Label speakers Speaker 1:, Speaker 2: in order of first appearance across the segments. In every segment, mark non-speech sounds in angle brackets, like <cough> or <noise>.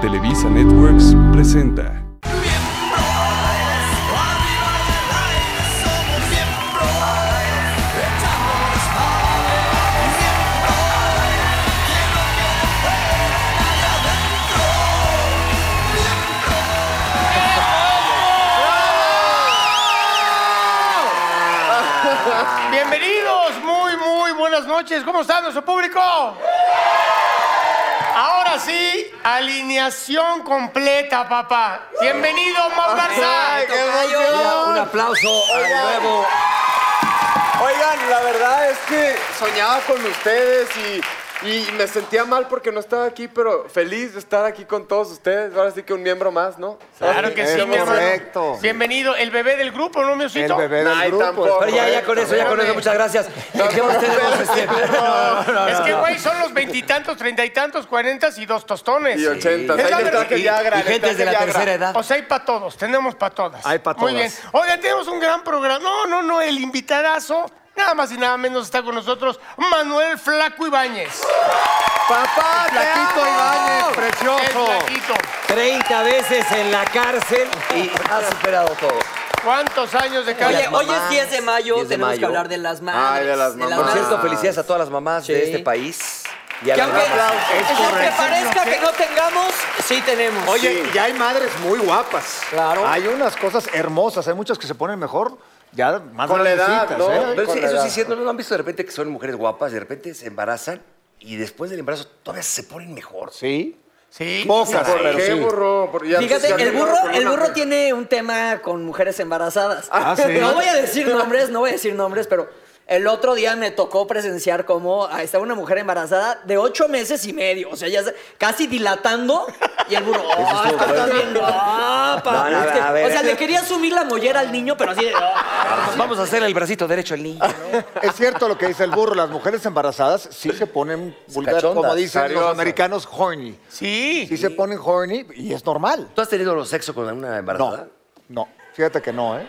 Speaker 1: Televisa Networks presenta.
Speaker 2: Bienvenidos, muy, muy buenas noches. ¿Cómo está nuestro público? Ahora sí, alineación completa, papá. Bienvenido, Mau Garza.
Speaker 3: Ay, qué emoción.
Speaker 4: Un aplauso al nuevo.
Speaker 3: Oigan, la verdad es que soñaba con ustedes y, y me sentía mal porque no estaba aquí, pero feliz de estar aquí con todos ustedes. Ahora sí que un miembro más, ¿no?
Speaker 2: Claro que sí,
Speaker 5: es
Speaker 2: mi hermano.
Speaker 5: correcto.
Speaker 2: Bienvenido, el bebé del grupo, ¿no, mi
Speaker 5: El
Speaker 2: osito?
Speaker 5: bebé del
Speaker 3: Ay,
Speaker 5: grupo.
Speaker 3: tampoco.
Speaker 5: está
Speaker 4: Pero ya, ya con eso, ya con eso, muchas gracias. ¿Qué más tenemos, este? No, <laughs> no, no,
Speaker 2: Es que,
Speaker 4: no.
Speaker 2: güey, son los veintitantos, treinta y tantos, cuarentas y dos tostones.
Speaker 3: Y ochentas.
Speaker 2: Es la
Speaker 3: Hay gente
Speaker 2: verdad.
Speaker 3: que ya
Speaker 4: Y
Speaker 3: gran,
Speaker 4: gente de la
Speaker 3: ya
Speaker 4: tercera
Speaker 3: gran.
Speaker 4: edad.
Speaker 2: O sea, hay para todos, tenemos para todas.
Speaker 5: Hay pa'
Speaker 2: Muy bien.
Speaker 5: todas.
Speaker 2: Oigan, tenemos un gran programa. No, no, no, el invitadazo, nada más y nada menos está con nosotros Manuel Flaco Ibáñez.
Speaker 3: ¡Papá, te
Speaker 5: Flaquito
Speaker 3: amo!
Speaker 5: Ibáñez,
Speaker 2: El
Speaker 5: precioso.
Speaker 2: Flaquito.
Speaker 4: 30 veces en la cárcel y ha superado todo.
Speaker 2: ¿Cuántos años de
Speaker 6: Oye,
Speaker 2: cárcel?
Speaker 6: hoy es 10 de mayo,
Speaker 4: 10 de
Speaker 6: tenemos
Speaker 4: mayo.
Speaker 6: que hablar de las madres.
Speaker 3: Ay, de las mamás.
Speaker 4: Por cierto,
Speaker 6: madres.
Speaker 4: felicidades a todas las mamás
Speaker 6: Sí.
Speaker 4: de este país. Y a
Speaker 6: que
Speaker 4: las
Speaker 6: aunque,
Speaker 4: mamás.
Speaker 6: que aunque parezca que no tengamos, sí tenemos.
Speaker 5: Oye, ya hay madres muy guapas.
Speaker 6: Claro.
Speaker 5: Hay unas cosas hermosas, hay muchas que se ponen mejor. Ya más
Speaker 3: Con la edad,
Speaker 5: grandecitas,
Speaker 3: ¿no?
Speaker 5: ¿eh?
Speaker 4: Pero
Speaker 3: con
Speaker 4: sí,
Speaker 3: la
Speaker 4: eso sí,
Speaker 3: edad.
Speaker 4: sí, ¿no lo han visto de repente que son mujeres guapas, de repente se embarazan y después del embarazo todavía se ponen mejor.
Speaker 5: Sí.
Speaker 2: Sí.
Speaker 5: Pocas, pero
Speaker 3: ¿Qué
Speaker 5: sí.
Speaker 3: burro? Porque ya-
Speaker 6: Fíjate,
Speaker 3: ya
Speaker 6: el
Speaker 3: tengo
Speaker 6: burro,
Speaker 3: con
Speaker 6: el
Speaker 3: una-
Speaker 6: burro tiene un tema con mujeres embarazadas.
Speaker 5: Ah, ¿sí?
Speaker 6: No voy a decir nombres, no voy a decir nombres, pero el otro día me tocó presenciar cómo ah, estaba una mujer embarazada de ocho meses y medio. O sea, ya se- casi dilatando. Y el burro, "Ah, es que estás bien guapa".
Speaker 4: No, no, a ver,
Speaker 6: Es que-
Speaker 4: a ver.
Speaker 6: O sea, le quería asumir la mollera al niño, pero así de.
Speaker 2: <laughs>
Speaker 6: "Ah".
Speaker 4: Pues vamos a hacer el bracito derecho al niño.
Speaker 5: Es cierto lo que dice el burro, las mujeres embarazadas sí se ponen vulgar,
Speaker 4: Cachondas,
Speaker 5: como dicen los
Speaker 3: cariosas.
Speaker 5: americanos, horny.
Speaker 2: Sí.
Speaker 5: Sí se ponen horny y es normal.
Speaker 4: ¿Tú has tenido sexo con una embarazada?
Speaker 5: No, no. Fíjate que no, ¿eh?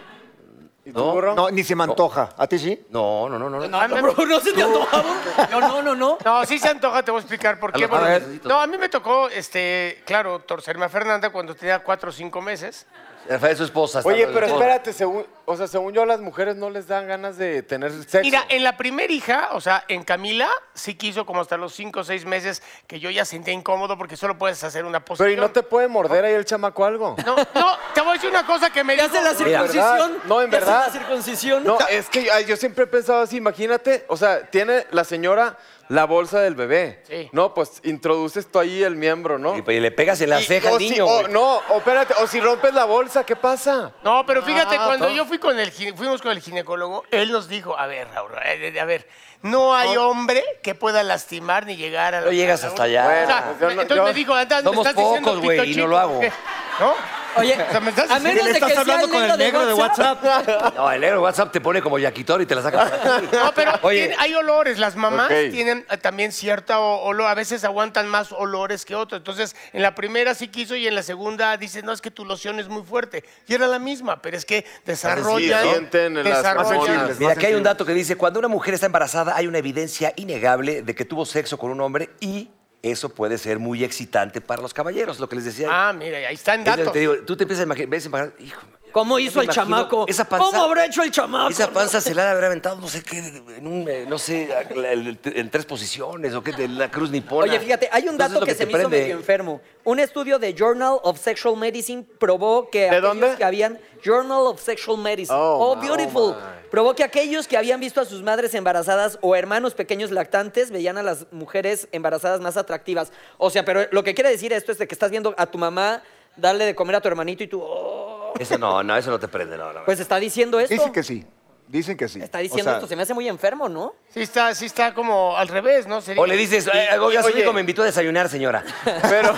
Speaker 3: ¿Y tu burro?
Speaker 5: No, ni se me antoja. ¿A ti sí?
Speaker 4: No, no, no, no. no.
Speaker 6: No, no, bro, no se te antojaba. No, no,
Speaker 2: <laughs>
Speaker 6: no, no.
Speaker 2: No, sí se antoja, te voy a explicar por
Speaker 4: A
Speaker 2: qué.
Speaker 4: lo mejor
Speaker 2: Bueno,
Speaker 4: necesito.
Speaker 2: no, a mí me tocó, este, claro, torcerme a Fernanda cuando tenía cuatro o cinco meses.
Speaker 4: Rafael, su esposa. está-
Speaker 3: Oye, pero espérate, según, o sea, según yo, las mujeres no les dan ganas de tener sexo.
Speaker 2: Mira, eh, en la primera hija, o sea, en Camila, sí quiso como hasta los cinco o seis meses que yo ya sentía incómodo porque solo puedes hacer una posición.
Speaker 3: Pero ¿y no te puede morder ahí el chamaco algo?
Speaker 2: No, no, te voy a decir una cosa que me
Speaker 6: ¿Te
Speaker 2: dijo...
Speaker 6: hace la circuncisión?
Speaker 3: ¿verdad? No, en
Speaker 6: ¿Te hace
Speaker 3: verdad.
Speaker 6: la circuncisión?
Speaker 3: No, es que ay, yo siempre he pensado así, imagínate, o sea, tiene la señora la bolsa del bebé.
Speaker 2: Sí.
Speaker 3: No, pues introduces tú ahí el miembro, ¿no?
Speaker 4: Y, pues, y le pegas en la
Speaker 3: Y-
Speaker 4: ceja
Speaker 3: o
Speaker 4: al
Speaker 3: si-
Speaker 4: niño.
Speaker 3: o-
Speaker 4: güey.
Speaker 3: no, o espérate, o si rompes la bolsa, ¿qué
Speaker 4: <laughs>
Speaker 3: pasa?
Speaker 2: No, pero fíjate,
Speaker 3: Ah,
Speaker 2: cuando
Speaker 3: todo.
Speaker 2: yo fui con el, gine- fuimos con el ginecólogo, él nos dijo, a ver, Raúl, eh, a ver, no hay hombre que pueda lastimar ni llegar a la...
Speaker 4: No llegas hasta allá.
Speaker 2: O sea,
Speaker 3: Bueno, pues yo
Speaker 2: me-
Speaker 3: no-
Speaker 2: Ah, entonces
Speaker 3: yo-
Speaker 2: me dijo, "Andas, me
Speaker 4: Somos
Speaker 2: estás diciendo
Speaker 4: pocos, güey,
Speaker 2: pito
Speaker 4: y no
Speaker 2: chico,
Speaker 4: lo hago.
Speaker 2: ¿qué? <laughs> ¿No?
Speaker 6: Oye,
Speaker 2: O sea, me estás
Speaker 6: a menos
Speaker 2: diciendo-
Speaker 6: de que sea el negro, de WhatsApp.
Speaker 4: <laughs> No, el negro de WhatsApp te pone como yaquitor y te la saca.
Speaker 6: <laughs>
Speaker 2: No,
Speaker 3: <laughs>
Speaker 2: pero
Speaker 4: Oye.
Speaker 2: tiene- hay olores. Las mamás
Speaker 3: Ok.
Speaker 2: tienen eh, también cierta o- olor. A veces aguantan más olores que otros. Entonces, en la primera sí quiso y en la segunda dice, no, es que tu loción es muy fuerte. Y era la misma, pero es que desarrollan.
Speaker 3: sienten en las hormonas.
Speaker 4: pues, Mira, aquí hay un dato que dice, cuando una mujer está embarazada hay una evidencia innegable de que tuvo sexo con un hombre y eso puede ser muy excitante para los caballeros, lo que les decía.
Speaker 2: Ah, mira, ahí están
Speaker 4: Es lo que
Speaker 2: datos.
Speaker 4: te digo, tú te empiezas a imaginar, ves embarazada, hijo,
Speaker 6: ¿Cómo
Speaker 4: ya
Speaker 6: hizo el
Speaker 4: me imagino
Speaker 6: chamaco?
Speaker 4: Esa panza,
Speaker 6: ¿Cómo habrá hecho el chamaco?
Speaker 4: Esa panza se la ha de haber aventado, no sé qué, en, un, eh, no sé, en, en tres posiciones o qué, de la cruz nipona.
Speaker 6: Oye, fíjate, hay un
Speaker 4: Entonces,
Speaker 6: dato
Speaker 4: lo
Speaker 6: que, se
Speaker 4: te
Speaker 6: me
Speaker 4: prende.
Speaker 6: hizo medio enfermo. Un estudio de Journal of Sexual Medicine probó que aquellos
Speaker 3: dónde?
Speaker 6: que habían Journal of Sexual Medicine,
Speaker 3: Oh,
Speaker 6: oh,
Speaker 3: my,
Speaker 6: beautiful,
Speaker 3: oh, my.
Speaker 6: probó que aquellos que habían visto a sus madres embarazadas o hermanos pequeños lactantes veían a las mujeres embarazadas más atractivas. O sea, pero lo que quiere decir esto es de que estás viendo a tu mamá darle de comer a tu hermanito y tú, oh,
Speaker 4: Eso no, no, eso no te prende, no, no.
Speaker 6: pues está diciendo esto.
Speaker 5: Dicen que sí. Dicen que sí.
Speaker 6: Está
Speaker 5: O
Speaker 6: diciendo
Speaker 5: sea,
Speaker 6: esto, se me hace muy enfermo, ¿no?
Speaker 2: Sí está, sí está como al revés, ¿no? Sería-
Speaker 4: o le dices, eh, oiga, su
Speaker 3: oye.
Speaker 4: hijo me invitó a desayunar, <laughs> señora.
Speaker 3: Pero,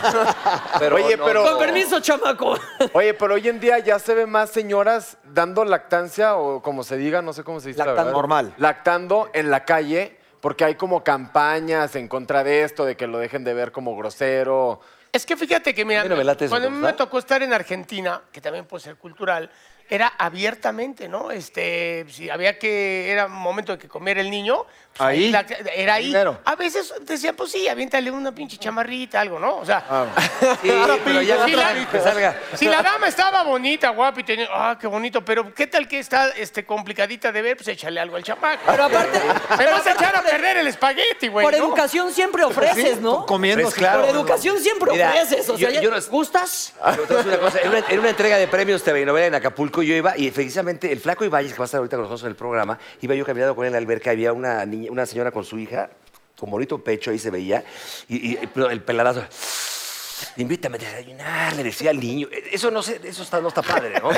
Speaker 3: oye,
Speaker 4: no,
Speaker 3: pero,
Speaker 4: no.
Speaker 6: Con permiso, chamaco.
Speaker 3: oye, pero hoy en día ya se ve más señoras dando lactancia o como se diga, no sé cómo se dice. la
Speaker 6: Lactando.
Speaker 3: verdad.
Speaker 5: Normal.
Speaker 3: Lactando en la calle, porque hay como campañas en contra de esto, de que lo dejen de ver como grosero.
Speaker 2: Es que fíjate que, mira,
Speaker 4: A mí no me late eso,
Speaker 2: cuando a mí me
Speaker 4: ¿verdad?
Speaker 2: tocó estar en Argentina, que también puede ser cultural, era abiertamente, ¿no? Este, si había que, era momento de que comiera el niño, pues
Speaker 5: Ahí,
Speaker 2: la- era ahí.
Speaker 5: dinero.
Speaker 2: A veces decían, pues sí, aviéntale una pinche chamarrita, algo, ¿no? O sea,
Speaker 4: Ah,
Speaker 2: <laughs>
Speaker 4: Sí, pero ya
Speaker 2: Sí, la-
Speaker 4: que salga.
Speaker 2: Si la dama estaba bonita, guapa y tenía, ah, qué bonito, pero ¿qué tal que está este, complicadita de ver? Pues échale algo al chamaco.
Speaker 6: Pero aparte-
Speaker 2: Me
Speaker 6: pero
Speaker 2: vas a
Speaker 6: aparte-
Speaker 2: echar a perder el espagueti, güey.
Speaker 6: Por
Speaker 2: ¿no?
Speaker 6: educación siempre ofreces, ¿no?
Speaker 5: Comiendo.
Speaker 4: Pues
Speaker 5: sí,
Speaker 4: claro.
Speaker 6: Por educación siempre
Speaker 4: Mira,
Speaker 6: ofreces. O
Speaker 4: yo-
Speaker 6: sea, ya-
Speaker 4: yo no- <laughs>
Speaker 6: ¿gustas?
Speaker 4: Pero te voy a decir una cosa, en, una, en una entrega de premios telenovela en Acapulco, yo iba, y precisamente el flaco Ibáñez, que va a estar ahorita con nosotros en el programa, iba yo caminando con él en la alberca, había una, niña- una señora con su hija, con bonito pecho, ahí se veía, y, y- pero el peladazo... Invítame a desayunar, le decía al niño. E, Eso no, se- eso está, no está padre,
Speaker 3: <laughs>
Speaker 4: ¿no?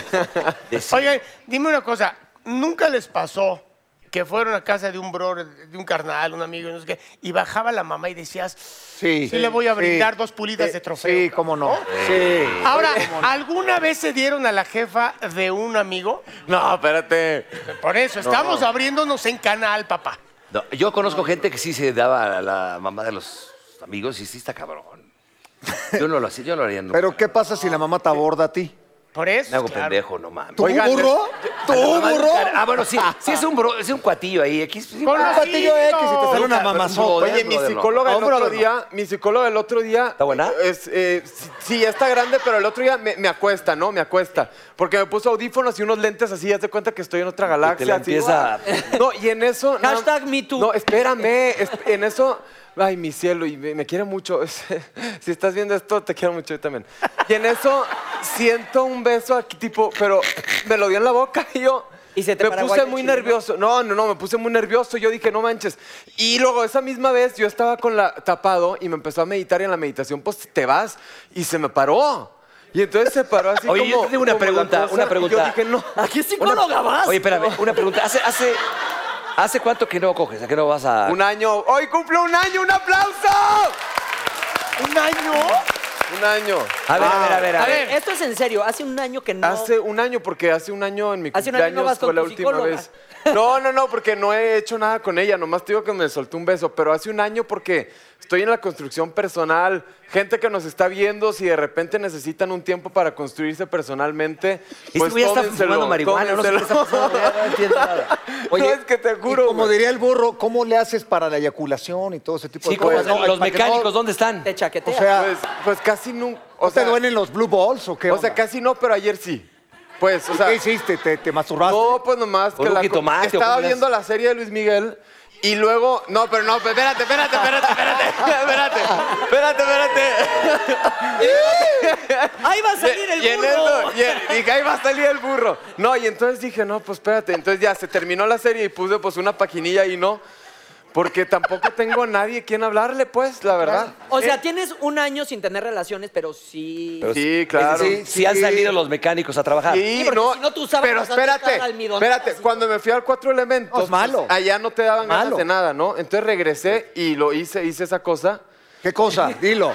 Speaker 4: Decía-
Speaker 2: Oigan, dime una cosa, ¿nunca les pasó que fueron a casa de un brother, de un carnal, un amigo, y no sé qué, y bajaba la mamá y decías, sí, le voy a
Speaker 5: sí.
Speaker 2: brindar dos pulidas
Speaker 5: Eh,
Speaker 2: de trofeo?
Speaker 5: Sí, cómo no. Sí.
Speaker 2: Ahora, ¿alguna vez se dieron a la jefa de un amigo?
Speaker 3: No, espérate.
Speaker 2: Por eso, estamos abriéndonos en canal, papá.
Speaker 4: No, yo conozco gente que sí se daba a la mamá de los amigos y sí está cabrón. Yo no lo hacía, yo no lo haría nunca.
Speaker 5: Pero ¿qué pasa si la mamá te aborda a ti?
Speaker 2: Por eso.
Speaker 4: Me hago
Speaker 2: claro.
Speaker 4: pendejo, no mames.
Speaker 5: ¿Tú,
Speaker 3: Oigan,
Speaker 5: burro?
Speaker 4: Ah,
Speaker 5: ¿Tú,
Speaker 4: no,
Speaker 5: burro?
Speaker 4: Ah, bueno, sí, sí es un, bro- es un cuatillo ahí. X, sí,
Speaker 2: Con
Speaker 4: ah,
Speaker 2: los
Speaker 5: Patillo X y te sale una
Speaker 4: Nunca,
Speaker 5: mamazota. ¿eh?
Speaker 4: brother,
Speaker 3: Oye, mi
Speaker 4: brother, no.
Speaker 3: psicóloga el
Speaker 5: No, brother,
Speaker 3: otro
Speaker 5: no.
Speaker 3: día, mi psicóloga el otro día.
Speaker 4: ¿Está buena?
Speaker 3: Es, eh, sí, sí, ya está grande, pero el otro día me, me acuesta, ¿no? Me acuesta. Porque me puso audífonos y unos lentes así, ya te cuenta que estoy en otra galaxia.
Speaker 4: la
Speaker 3: así.
Speaker 4: empieza a-
Speaker 3: No, y en eso. na-
Speaker 6: Hashtag me too.
Speaker 3: No, espérame. es- en eso. Ay, mi cielo, y me, me quiere mucho. <laughs> si estás viendo esto, te quiero mucho yo también. Y en eso siento un beso aquí, tipo, pero me lo dio en la boca y yo.
Speaker 6: Y se te
Speaker 3: me
Speaker 6: para
Speaker 3: puse
Speaker 6: guayo
Speaker 3: muy
Speaker 6: chileno.
Speaker 3: nervioso nervioso. No, no, no, me puse muy nervioso. Yo dije, no manches. Y luego, esa misma vez, yo estaba con la tapado y me empezó a meditar. Y en la meditación, pues te vas. Y se me paró. Y entonces se paró así
Speaker 4: Oye, yo
Speaker 3: como.
Speaker 4: te tengo una
Speaker 3: como la
Speaker 4: pregunta,
Speaker 3: cosa,
Speaker 4: una
Speaker 3: y
Speaker 4: pregunta.
Speaker 3: yo dije, no.
Speaker 6: ¿A qué psicóloga vas?
Speaker 4: Oye, espérame, una pregunta. ¿Hace, hace, ¿Hace cuánto que no coges? ¿A qué no vas a...?
Speaker 3: Un año. ¡Hoy cumple un año! ¡Un aplauso!
Speaker 2: ¿Un año?
Speaker 3: Un año. Ah.
Speaker 4: A ver, a ver, a ver, a
Speaker 6: A
Speaker 4: ver.
Speaker 6: ver, esto es en serio. Hace un año que no.
Speaker 3: Hace un año, porque hace un año en mi
Speaker 6: Hace un año no
Speaker 3: cumpleaños
Speaker 6: vas con
Speaker 3: fue la
Speaker 6: tu
Speaker 3: última
Speaker 6: psicóloga.
Speaker 3: vez. No, no, no, porque no he hecho nada con ella. Nomás te digo que me soltó un beso. Pero hace un año porque estoy en la construcción personal. Gente que nos está viendo, si de repente necesitan un tiempo para construirse personalmente,
Speaker 4: Este
Speaker 3: pues
Speaker 4: güey ya está
Speaker 3: tómenselo,
Speaker 4: fumando marihuana, no sé qué está
Speaker 3: tómenselo. <laughs>
Speaker 4: pasando. ya No entiendo nada.
Speaker 3: Oye, es que te juro,
Speaker 5: y como
Speaker 3: güey.
Speaker 5: diría el burro, ¿cómo le haces para la eyaculación y todo ese tipo
Speaker 4: Sí,
Speaker 5: de cosas?
Speaker 4: ¿cómo
Speaker 5: No,
Speaker 4: hacen? los
Speaker 5: para que no-
Speaker 4: mecánicos, ¿dónde están?
Speaker 6: Te chaquetea.
Speaker 5: O sea,
Speaker 3: Pues, pues casi nunca. O
Speaker 5: ¿no te
Speaker 3: sea,
Speaker 5: duelen los blue balls o qué?
Speaker 3: o sea,
Speaker 5: onda?
Speaker 3: casi no, pero ayer sí. Pues, o sea,
Speaker 5: ¿Qué hiciste? ¿Te, te masturbaste?
Speaker 3: No, pues nomás
Speaker 4: Con
Speaker 3: que
Speaker 4: un
Speaker 3: la
Speaker 4: jitomate, ¿o
Speaker 3: estaba
Speaker 4: cómo le
Speaker 3: viendo
Speaker 4: haces?
Speaker 3: la serie de Luis Miguel y luego no, pero no, espérate, espérate, espérate, espérate, <laughs> espérate, espérate, espérate.
Speaker 6: Ahí va a salir el
Speaker 3: Y en
Speaker 6: burro.
Speaker 3: eso, y en- dije, ahí va a salir el burro. No, y entonces dije, no, pues espérate. Entonces ya se terminó la serie y puse pues una paginilla y no, porque tampoco tengo a nadie quien hablarle, pues, la verdad.
Speaker 6: O sea, tienes un año sin tener relaciones, pero sí.
Speaker 3: sí, claro.
Speaker 4: Es decir, si han salido los mecánicos a trabajar.
Speaker 3: Sí,
Speaker 6: Sí, porque
Speaker 3: no,
Speaker 6: si no, tú sabes
Speaker 3: pero
Speaker 6: que vas a estar
Speaker 3: espérate,
Speaker 6: almidonado,
Speaker 3: espérate,
Speaker 6: así.
Speaker 3: cuando me fui al Cuatro Elementos,
Speaker 5: No, es malo.
Speaker 3: pues, allá no te daban ganas
Speaker 5: Malo.
Speaker 3: de nada, ¿no? Entonces regresé y lo hice, hice esa cosa.
Speaker 5: ¿Qué cosa? Dilo.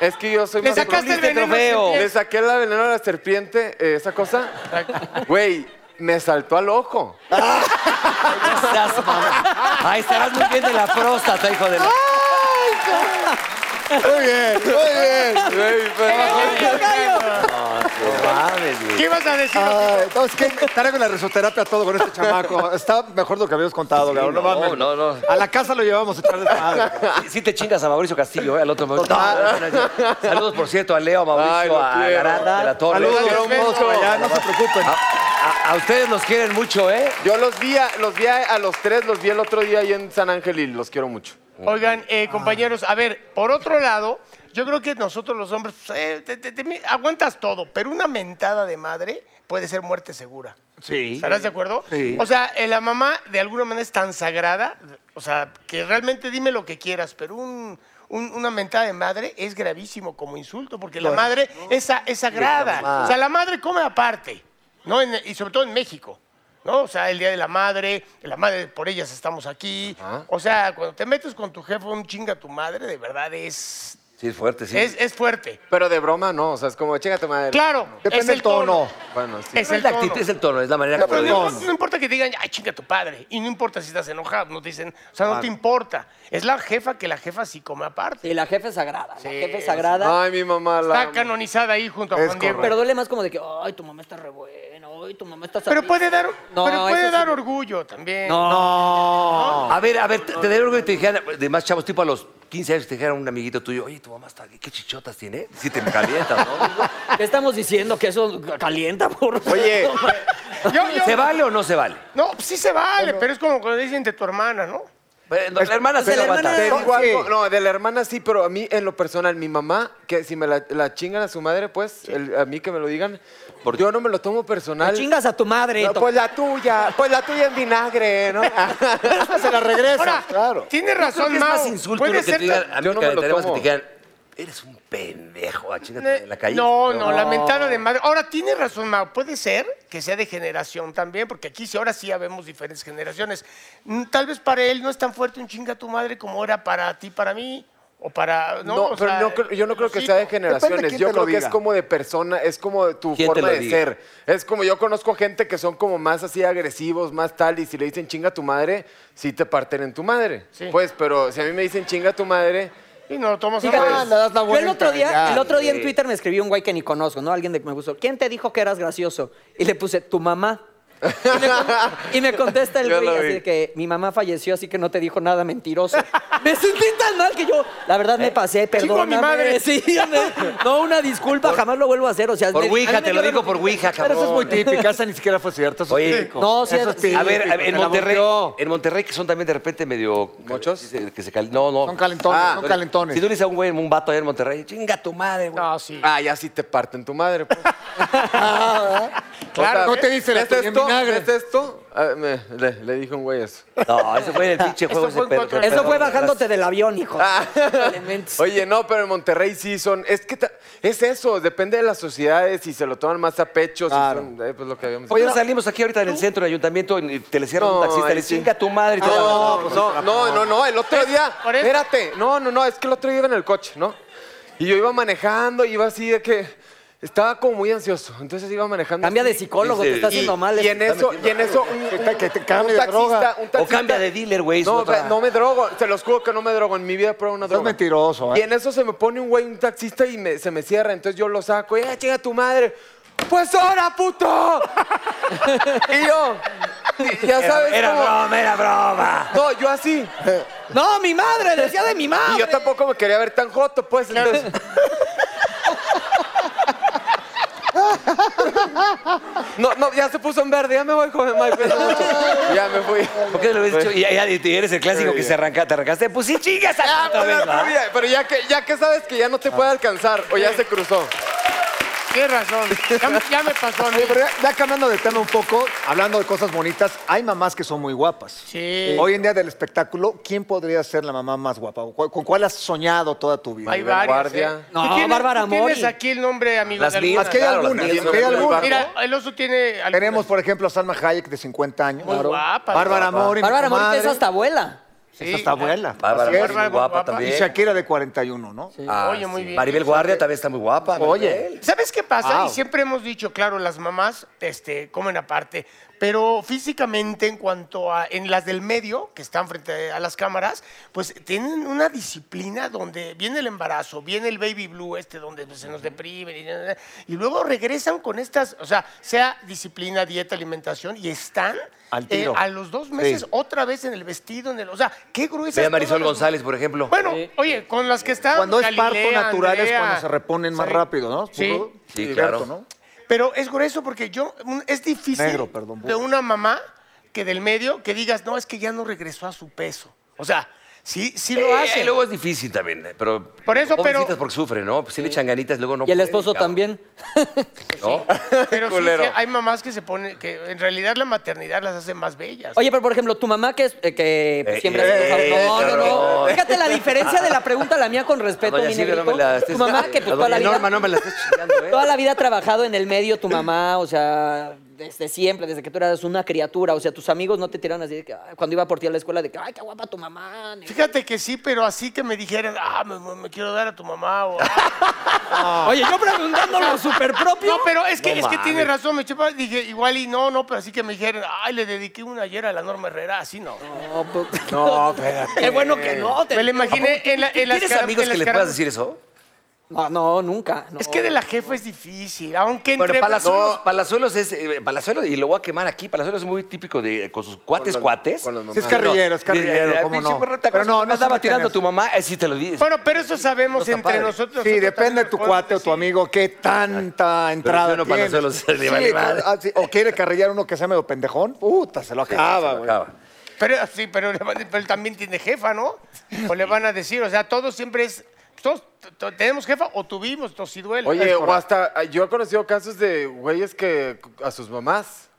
Speaker 3: Es que yo soy
Speaker 2: Le
Speaker 3: más
Speaker 2: sacaste el veneno.
Speaker 3: bromista.
Speaker 4: trofeo.
Speaker 2: al
Speaker 3: Le
Speaker 2: serpiente.
Speaker 3: saqué la veneno a la serpiente, eh, esa cosa. Güey, me saltó al ojo.
Speaker 4: No seas mamá. Ahí estarás muy bien de la próstata, hijo de la...
Speaker 5: Muy bien, muy bien.
Speaker 3: Güey, pero-
Speaker 4: No mames, güey.
Speaker 2: ¿Qué ibas a decir?
Speaker 5: Ay, no, es que traigo la risoterapia todo con este chamaco. Está mejor de lo que habíamos contado, cabrón.
Speaker 4: no,
Speaker 5: mames.
Speaker 4: no, no.
Speaker 5: A la casa lo llevamos a echar desmadre.
Speaker 4: Sí, sí te chingas a Mauricio Castillo, ¿eh? al otro Mauricio. Saludos, por cierto, a Leo, a
Speaker 3: Ay,
Speaker 4: Mauricio,
Speaker 3: lo
Speaker 4: a
Speaker 3: quiero.
Speaker 4: Garata, de la Torre.
Speaker 5: Saludos,
Speaker 3: quiero mucho.
Speaker 5: ya, no se preocupen.
Speaker 4: A, a ustedes los quieren mucho, ¿eh?
Speaker 3: Yo los vi, a, los vi a, a los tres, los vi el otro día ahí en San Ángel y los quiero mucho.
Speaker 2: Oigan, eh, compañeros, a ver, por otro lado, yo creo que nosotros los hombres pues, eh, te- te- te- aguantas todo, pero una mentada de madre puede ser muerte segura.
Speaker 5: Sí.
Speaker 2: ¿Estarás de acuerdo?
Speaker 5: Sí.
Speaker 2: O sea, eh, la mamá de alguna manera es tan sagrada, o sea, que realmente dime lo que quieras, pero un- un- una mentada de madre es gravísimo como insulto, porque
Speaker 5: Pues,
Speaker 2: la madre es, sa- es sagrada. O sea, la madre come aparte, ¿no? En- y sobre todo en México. ¿No? O sea, el Día de la Madre, la madre por ellas estamos aquí. O sea, cuando te metes con tu jefe un chinga a tu madre, de verdad es,
Speaker 4: Sí, es fuerte, sí.
Speaker 2: es, es fuerte.
Speaker 3: Pero de broma no, o sea, es como, chégate madre.
Speaker 2: Claro, es
Speaker 5: Depende
Speaker 2: el
Speaker 5: del tono.
Speaker 3: Bueno, sí.
Speaker 2: Es
Speaker 4: No
Speaker 2: el
Speaker 4: es la actitud,
Speaker 2: tono.
Speaker 4: es el tono, es la manera
Speaker 5: Ah,
Speaker 2: No,
Speaker 4: como
Speaker 2: pero
Speaker 4: lo
Speaker 2: no,
Speaker 4: digo.
Speaker 2: importa- no importa que digan, ay, chinga tu padre. Y no importa si estás enojado, no te dicen, o sea, no te importa. Es la jefa que la jefa sí come aparte.
Speaker 6: Sí, la jefe es sagrada. La
Speaker 2: Sí,
Speaker 6: jefe es sagrada.
Speaker 3: Ay, mi mamá la.
Speaker 2: Está
Speaker 3: amo.
Speaker 2: canonizada ahí junto a
Speaker 5: Es
Speaker 2: Juan Diego.
Speaker 6: Pero duele más como de que, ay, tu mamá está re buena. uy, tu mamá está
Speaker 2: Pero
Speaker 6: sapita".
Speaker 2: puede dar,
Speaker 6: No,
Speaker 2: pero puede
Speaker 6: eso sí.
Speaker 2: dar orgullo también.
Speaker 6: No.
Speaker 4: A ver, a ver, te, te daría orgullo que te dijeran, pues, de más chavos, tipo a los 15 años, que te dijera un amiguito tuyo, oye, tu mamá está aquí, ¿qué chichotas tiene? Si te calientas, ¿no?
Speaker 6: ¿Qué estamos diciendo? Que eso calienta, por
Speaker 3: Oye,
Speaker 2: Yo- yo-
Speaker 4: ¿Se vale o no se vale?
Speaker 2: no, pues sí se vale, pero es como cuando dicen de tu hermana, ¿no?
Speaker 4: Eh, no, La hermana se
Speaker 6: pero-
Speaker 4: levanta.
Speaker 6: hermana-
Speaker 3: Te digo
Speaker 5: Sí.
Speaker 3: algo, No, de la hermana sí, pero a mí en lo personal, mi mamá, que si me la, la chingan a su madre, pues, el- a mí que me lo digan, yo no me lo tomo personal.
Speaker 6: Chingas a tu madre.
Speaker 3: No,
Speaker 6: to-
Speaker 3: pues la tuya, pues la tuya en vinagre,
Speaker 5: <laughs>
Speaker 3: ¿no?
Speaker 5: Ah, Se la regresa,
Speaker 2: Ahora,
Speaker 5: claro.
Speaker 2: tiene
Speaker 4: Creo
Speaker 2: razón,
Speaker 4: que es
Speaker 2: Mao.
Speaker 4: más insulto
Speaker 2: Puede
Speaker 4: lo que
Speaker 2: ser
Speaker 4: te digan,
Speaker 2: tan-
Speaker 4: a mí
Speaker 3: Yo no me lo
Speaker 4: me lo que
Speaker 3: tomo.
Speaker 4: te digan, eres un pendejo, a <laughs> chingate en la calle.
Speaker 2: No, no, la mentada de madre. Ahora, tiene razón, Mao. Puede ser que sea de generación también, porque aquí sí, ahora sí ya vemos diferentes generaciones. Mm, Tal vez para él no es tan fuerte un chinga a tu madre como era para ti, para mí, o para... No,
Speaker 3: No,
Speaker 2: o
Speaker 3: pero
Speaker 2: sea,
Speaker 3: no creo- yo no creo que
Speaker 2: sí.
Speaker 3: sea de
Speaker 5: Depende de
Speaker 3: generaciones.
Speaker 5: quién
Speaker 3: yo
Speaker 5: te lo
Speaker 3: creo que es
Speaker 5: diga.
Speaker 3: como de persona, es como tu
Speaker 4: ¿Quién te
Speaker 3: forma
Speaker 4: lo
Speaker 3: de
Speaker 4: diga?
Speaker 3: ser. Es como yo conozco gente que son como más así agresivos, más tal, y si le dicen chinga tu madre, sí te parten en tu madre.
Speaker 2: Sí.
Speaker 3: Pues, pero si a mí me dicen chinga tu madre,
Speaker 2: Y no lo tomas a
Speaker 6: Fíjate,
Speaker 2: mal.
Speaker 5: Ah, le das la
Speaker 6: yo el
Speaker 5: vuelta,
Speaker 6: otro día,
Speaker 5: ya.
Speaker 6: el otro día en Twitter me escribió un güey que ni conozco, ¿no? Alguien de que me puso, ¿quién te dijo que eras gracioso? Y le puse, tu mamá. Y me, con- y me contesta el
Speaker 3: Yo
Speaker 6: güey
Speaker 3: lo
Speaker 6: así
Speaker 3: vi.
Speaker 6: de que mi mamá falleció, así que no te dijo nada mentiroso. <laughs> me sentí tan mal que yo, la verdad me pasé,
Speaker 2: Chingo
Speaker 6: perdóname.
Speaker 2: a mi madre.
Speaker 6: <laughs> Sí, me- no, una disculpa, jamás lo vuelvo a hacer. O sea,
Speaker 4: Por
Speaker 6: me-
Speaker 4: Ouija,
Speaker 6: a mí me
Speaker 4: te lo
Speaker 6: dio
Speaker 4: digo por
Speaker 6: vergüenza.
Speaker 4: Ouija,
Speaker 5: Pero
Speaker 4: cabrón.
Speaker 5: eso es muy
Speaker 4: <laughs>
Speaker 5: típico, esa ni siquiera fue cierta, eso
Speaker 4: Oye,
Speaker 5: es típico.
Speaker 6: no, sí,
Speaker 5: Eso
Speaker 6: a
Speaker 5: típico,
Speaker 4: A ver, a ver, en
Speaker 5: te la
Speaker 4: Monterrey,
Speaker 5: volteó.
Speaker 4: en Monterrey que son también de repente medio...
Speaker 3: ¿Muchos?
Speaker 4: que se- Que se cal- No, no.
Speaker 5: Son calentones,
Speaker 3: Ah,
Speaker 5: son calentones.
Speaker 4: Si tú le dices a un güey, un vato allá en Monterrey, chinga tu madre, güey.
Speaker 2: No, sí.
Speaker 3: ah, ya sí te parten tu madre.
Speaker 2: <laughs>
Speaker 3: Pues.
Speaker 5: Claro,
Speaker 3: O sea,
Speaker 5: Ah, no te dice la
Speaker 3: ¿ves
Speaker 5: tuya en
Speaker 3: esto?
Speaker 5: vinagre.
Speaker 3: ¿Ves esto? Ah, me- le, le dijo un güey eso.
Speaker 4: No, ese fue en el pinche juego. ese
Speaker 2: fue en
Speaker 4: pedo,
Speaker 2: cuatro-
Speaker 4: qué
Speaker 6: Eso
Speaker 4: pedo.
Speaker 6: fue bajándote del avión, hijo.
Speaker 3: <laughs> Oye, no, pero en Monterrey sí son. Es que ta- es eso, depende de las sociedades, si se lo toman más a pecho, si
Speaker 5: Claro.
Speaker 3: son- eh, pues lo que habíamos
Speaker 4: Oye,
Speaker 3: dicho.
Speaker 4: salimos aquí ahorita en el centro del ayuntamiento y te le cierran un
Speaker 3: No,
Speaker 4: taxista,
Speaker 3: ahí
Speaker 4: le
Speaker 3: sí.
Speaker 4: chinga tu madre. y te van a-
Speaker 3: No, pues no, no, no, no, el otro día,
Speaker 2: por eso.
Speaker 3: espérate, no, no, no, es que el otro día iba en el coche, ¿no? Y yo iba manejando, iba así de que estaba como muy ansioso, entonces iba manejando.
Speaker 6: Cambia de
Speaker 3: así.
Speaker 6: psicólogo, te está
Speaker 3: Y,
Speaker 6: haciendo mal.
Speaker 3: y
Speaker 6: esto.
Speaker 3: en eso, y en eso, un,
Speaker 5: Que te- que te cambie
Speaker 3: un
Speaker 5: de droga.
Speaker 3: taxista, un
Speaker 4: O
Speaker 3: taxista-
Speaker 4: cambia de dealer, güey. es
Speaker 3: No,
Speaker 4: otra-
Speaker 3: ve- no me drogo, te los juro que no me drogo, en mi vida pruebo una
Speaker 5: Estás
Speaker 3: droga.
Speaker 5: mentiroso, ¿eh?
Speaker 3: Y en eso se me pone un güey, un taxista, y me- se me cierra. Entonces yo lo saco, ¡eh, chinga tu madre! ¡Pues ahora, puto! <laughs> y yo, y- ya sabes
Speaker 4: Era
Speaker 3: cómo-
Speaker 4: broma, era broma.
Speaker 3: No, yo así.
Speaker 6: No, mi madre, decía de mi madre.
Speaker 3: Y yo tampoco me quería ver tan joto, pues. Entonces, <laughs> no, no, ya se puso en verde, ya me voy, joven pues. Mike. <laughs> ya me fui.
Speaker 4: ¿Por qué no lo
Speaker 2: Pues,
Speaker 4: habías dicho? Y ya- y eres el clásico que se arranca, te arrancaste. Pues sí, chingas a
Speaker 3: Ah,
Speaker 4: otra
Speaker 3: pero,
Speaker 4: vez, ¿va?
Speaker 3: pero ya que, ya que sabes que ya no te puede alcanzar, o ya se cruzó.
Speaker 2: Tienes razón. Ya, me- ya me pasó a
Speaker 5: <laughs>
Speaker 2: mí.
Speaker 5: Oye, pero ya, ya cambiando de tema un poco, hablando de cosas bonitas, hay mamás que son muy guapas.
Speaker 2: Sí.
Speaker 5: Hoy en día del espectáculo, ¿quién podría ser la mamá más guapa? ¿Cu- ¿Con cuál has soñado toda tu vida?
Speaker 2: Hay varias,
Speaker 3: Guardia.
Speaker 2: ¿eh?
Speaker 6: No,
Speaker 2: ¿Tú tienes-
Speaker 6: Bárbara
Speaker 2: tú Tienes
Speaker 6: Mori.
Speaker 2: aquí el nombre, amigo.
Speaker 4: Las
Speaker 2: de alguna?
Speaker 4: mías,
Speaker 5: Aquí hay
Speaker 4: Claro,
Speaker 5: algunas,
Speaker 4: las mías
Speaker 5: aquí hay
Speaker 3: son muy
Speaker 5: algunas.
Speaker 3: guapas.
Speaker 2: Mira, el oso tiene... algunas.
Speaker 5: Tenemos, por ejemplo, a Salma Hayek, de 50 años.
Speaker 2: Muy guapa,
Speaker 5: Bárbara
Speaker 2: guapa.
Speaker 5: Mori, mi
Speaker 6: Bárbara Mori, que
Speaker 5: comadre.
Speaker 6: es hasta abuela.
Speaker 5: Esa está abuela.
Speaker 4: Bárbara
Speaker 5: Así es.
Speaker 4: Mori, muy guapa
Speaker 2: Guapa.
Speaker 5: Y
Speaker 4: también.
Speaker 5: Shakira, de 41, ¿no?
Speaker 4: Ah,
Speaker 2: Oye, muy
Speaker 4: sí.
Speaker 2: bien.
Speaker 4: Maribel Guardia también está muy guapa. Maribel.
Speaker 2: ¿Sabes qué pasa?
Speaker 5: Wow.
Speaker 2: Y siempre hemos dicho, claro, las mamás este, comen aparte, pero físicamente en cuanto a en las del medio, que están frente a las cámaras, pues tienen una disciplina donde viene el embarazo, viene el baby blue este, donde pues, se nos deprimen, y, y luego regresan con estas, o sea, sea disciplina, dieta, alimentación, y están eh,
Speaker 5: Al tiro.
Speaker 2: a los dos meses
Speaker 5: Sí.
Speaker 2: otra vez en el vestido, en el, o sea, qué gruesa.
Speaker 4: Ve a Marisol González, por ejemplo.
Speaker 2: Bueno, oye, con las que están.
Speaker 5: Cuando es
Speaker 2: Galilea,
Speaker 5: parto natural es
Speaker 2: Andrea.
Speaker 5: cuando se reponen más
Speaker 2: Sí.
Speaker 5: rápido, ¿no?
Speaker 2: Sí.
Speaker 4: Sí, claro.
Speaker 5: ¿no?
Speaker 2: Pero es grueso porque yo un- es difícil
Speaker 5: Negro, perdón,
Speaker 2: de
Speaker 5: burro.
Speaker 2: una mamá que del medio que digas, no, es que ya no regresó a su peso. O sea, sí, sí lo
Speaker 4: Eh,
Speaker 2: hace.
Speaker 4: luego es difícil también, eh, pero...
Speaker 2: Por eso, pero-
Speaker 4: pobrecitas porque sufren, ¿no? Pues sí le echan ganitas, luego no
Speaker 6: Y el
Speaker 4: pueden,
Speaker 6: esposo
Speaker 4: cabrón,
Speaker 6: también.
Speaker 4: ¿no?
Speaker 2: <laughs> pero sí,
Speaker 3: Culero.
Speaker 2: sí, hay mamás que se ponen, que en realidad la maternidad las hace más bellas.
Speaker 6: Oye, pero por ejemplo, tu mamá que es eh, que pues,
Speaker 4: Eh,
Speaker 6: siempre
Speaker 4: eh,
Speaker 6: ha sido-
Speaker 4: eh,
Speaker 6: no, no, no.
Speaker 4: cabrón.
Speaker 6: Fíjate la diferencia de la pregunta a la mía con
Speaker 4: A
Speaker 6: respeto,
Speaker 4: doña
Speaker 6: mi
Speaker 4: Silvia no
Speaker 6: negrito.
Speaker 4: me la estés-
Speaker 6: Tu mamá que pues
Speaker 4: A
Speaker 6: toda
Speaker 4: doña
Speaker 6: la vida
Speaker 4: Norma no me la estés chingando, ¿eh?
Speaker 6: toda la vida ha trabajado en el medio tu mamá, o sea, desde siempre, desde que tú eras una criatura, o sea, tus amigos no te tiran así de que, ay, cuando iba por ti a la escuela de que ay, qué guapa tu mamá. negrito".
Speaker 2: Fíjate que sí, pero así que me dijeran, ah, me, me quiero dar a tu mamá. O, <laughs> "Ah".
Speaker 6: Oye, yo preguntando lo super propio.
Speaker 2: no, pero es que,
Speaker 4: No
Speaker 2: es que tiene
Speaker 4: mames.
Speaker 2: razón, me chupa. Dije, igual y no, no, pero así que me dijeran, ay, le dediqué una ayer a la Norma Herrera, así no.
Speaker 6: No, pues- Qué bueno que no. te-
Speaker 2: Me la imaginé en la, en las
Speaker 4: ¿Tienes
Speaker 2: cara- <laughs>
Speaker 4: amigos
Speaker 2: en
Speaker 4: que
Speaker 2: las
Speaker 4: le
Speaker 2: cara-
Speaker 4: puedas decir eso?
Speaker 6: No, no, nunca. no.
Speaker 2: Es que de la jefa es difícil, aunque entre...
Speaker 4: Bueno, Palazuelos, Palazuelos es. eh, Palazuelos, y lo voy a quemar aquí. Palazuelos es muy típico de. eh, Con sus cuates, cuates.
Speaker 3: con los
Speaker 5: Sí, es
Speaker 3: mamás.
Speaker 5: carrillero, es carrillero,
Speaker 4: Eh,
Speaker 5: ¿cómo
Speaker 4: pinche
Speaker 5: no?
Speaker 4: perro, ¿te acuerdas cómo andaba
Speaker 5: se
Speaker 4: tirando
Speaker 5: detengas.
Speaker 4: tu mamá, eh, sí te lo dices.
Speaker 2: Bueno, pero eso sabemos
Speaker 4: está
Speaker 2: entre
Speaker 4: padre.
Speaker 2: nosotros.
Speaker 5: Sí,
Speaker 2: nosotros
Speaker 5: depende
Speaker 2: también
Speaker 5: de tu
Speaker 2: podemos
Speaker 5: cuate o tu
Speaker 2: decir.
Speaker 5: amigo, qué tanta entrada
Speaker 4: uno
Speaker 5: tiene.
Speaker 4: palazuelos
Speaker 5: Sí,
Speaker 4: le vale madre.
Speaker 5: ah, sí, O quiere carrillar uno que sea medio pendejón, puta, se lo acaba, Ah, güey.
Speaker 4: Acaba.
Speaker 2: Pero sí, pero, le van- pero él también tiene jefa, ¿no? O le van a decir, o sea, todos siempre es. Todos t- t- tenemos jefa o tuvimos, entonces sí duele.
Speaker 3: Oye,
Speaker 2: Es
Speaker 3: o hasta ah, yo he conocido casos de güeyes que c- a sus mamás.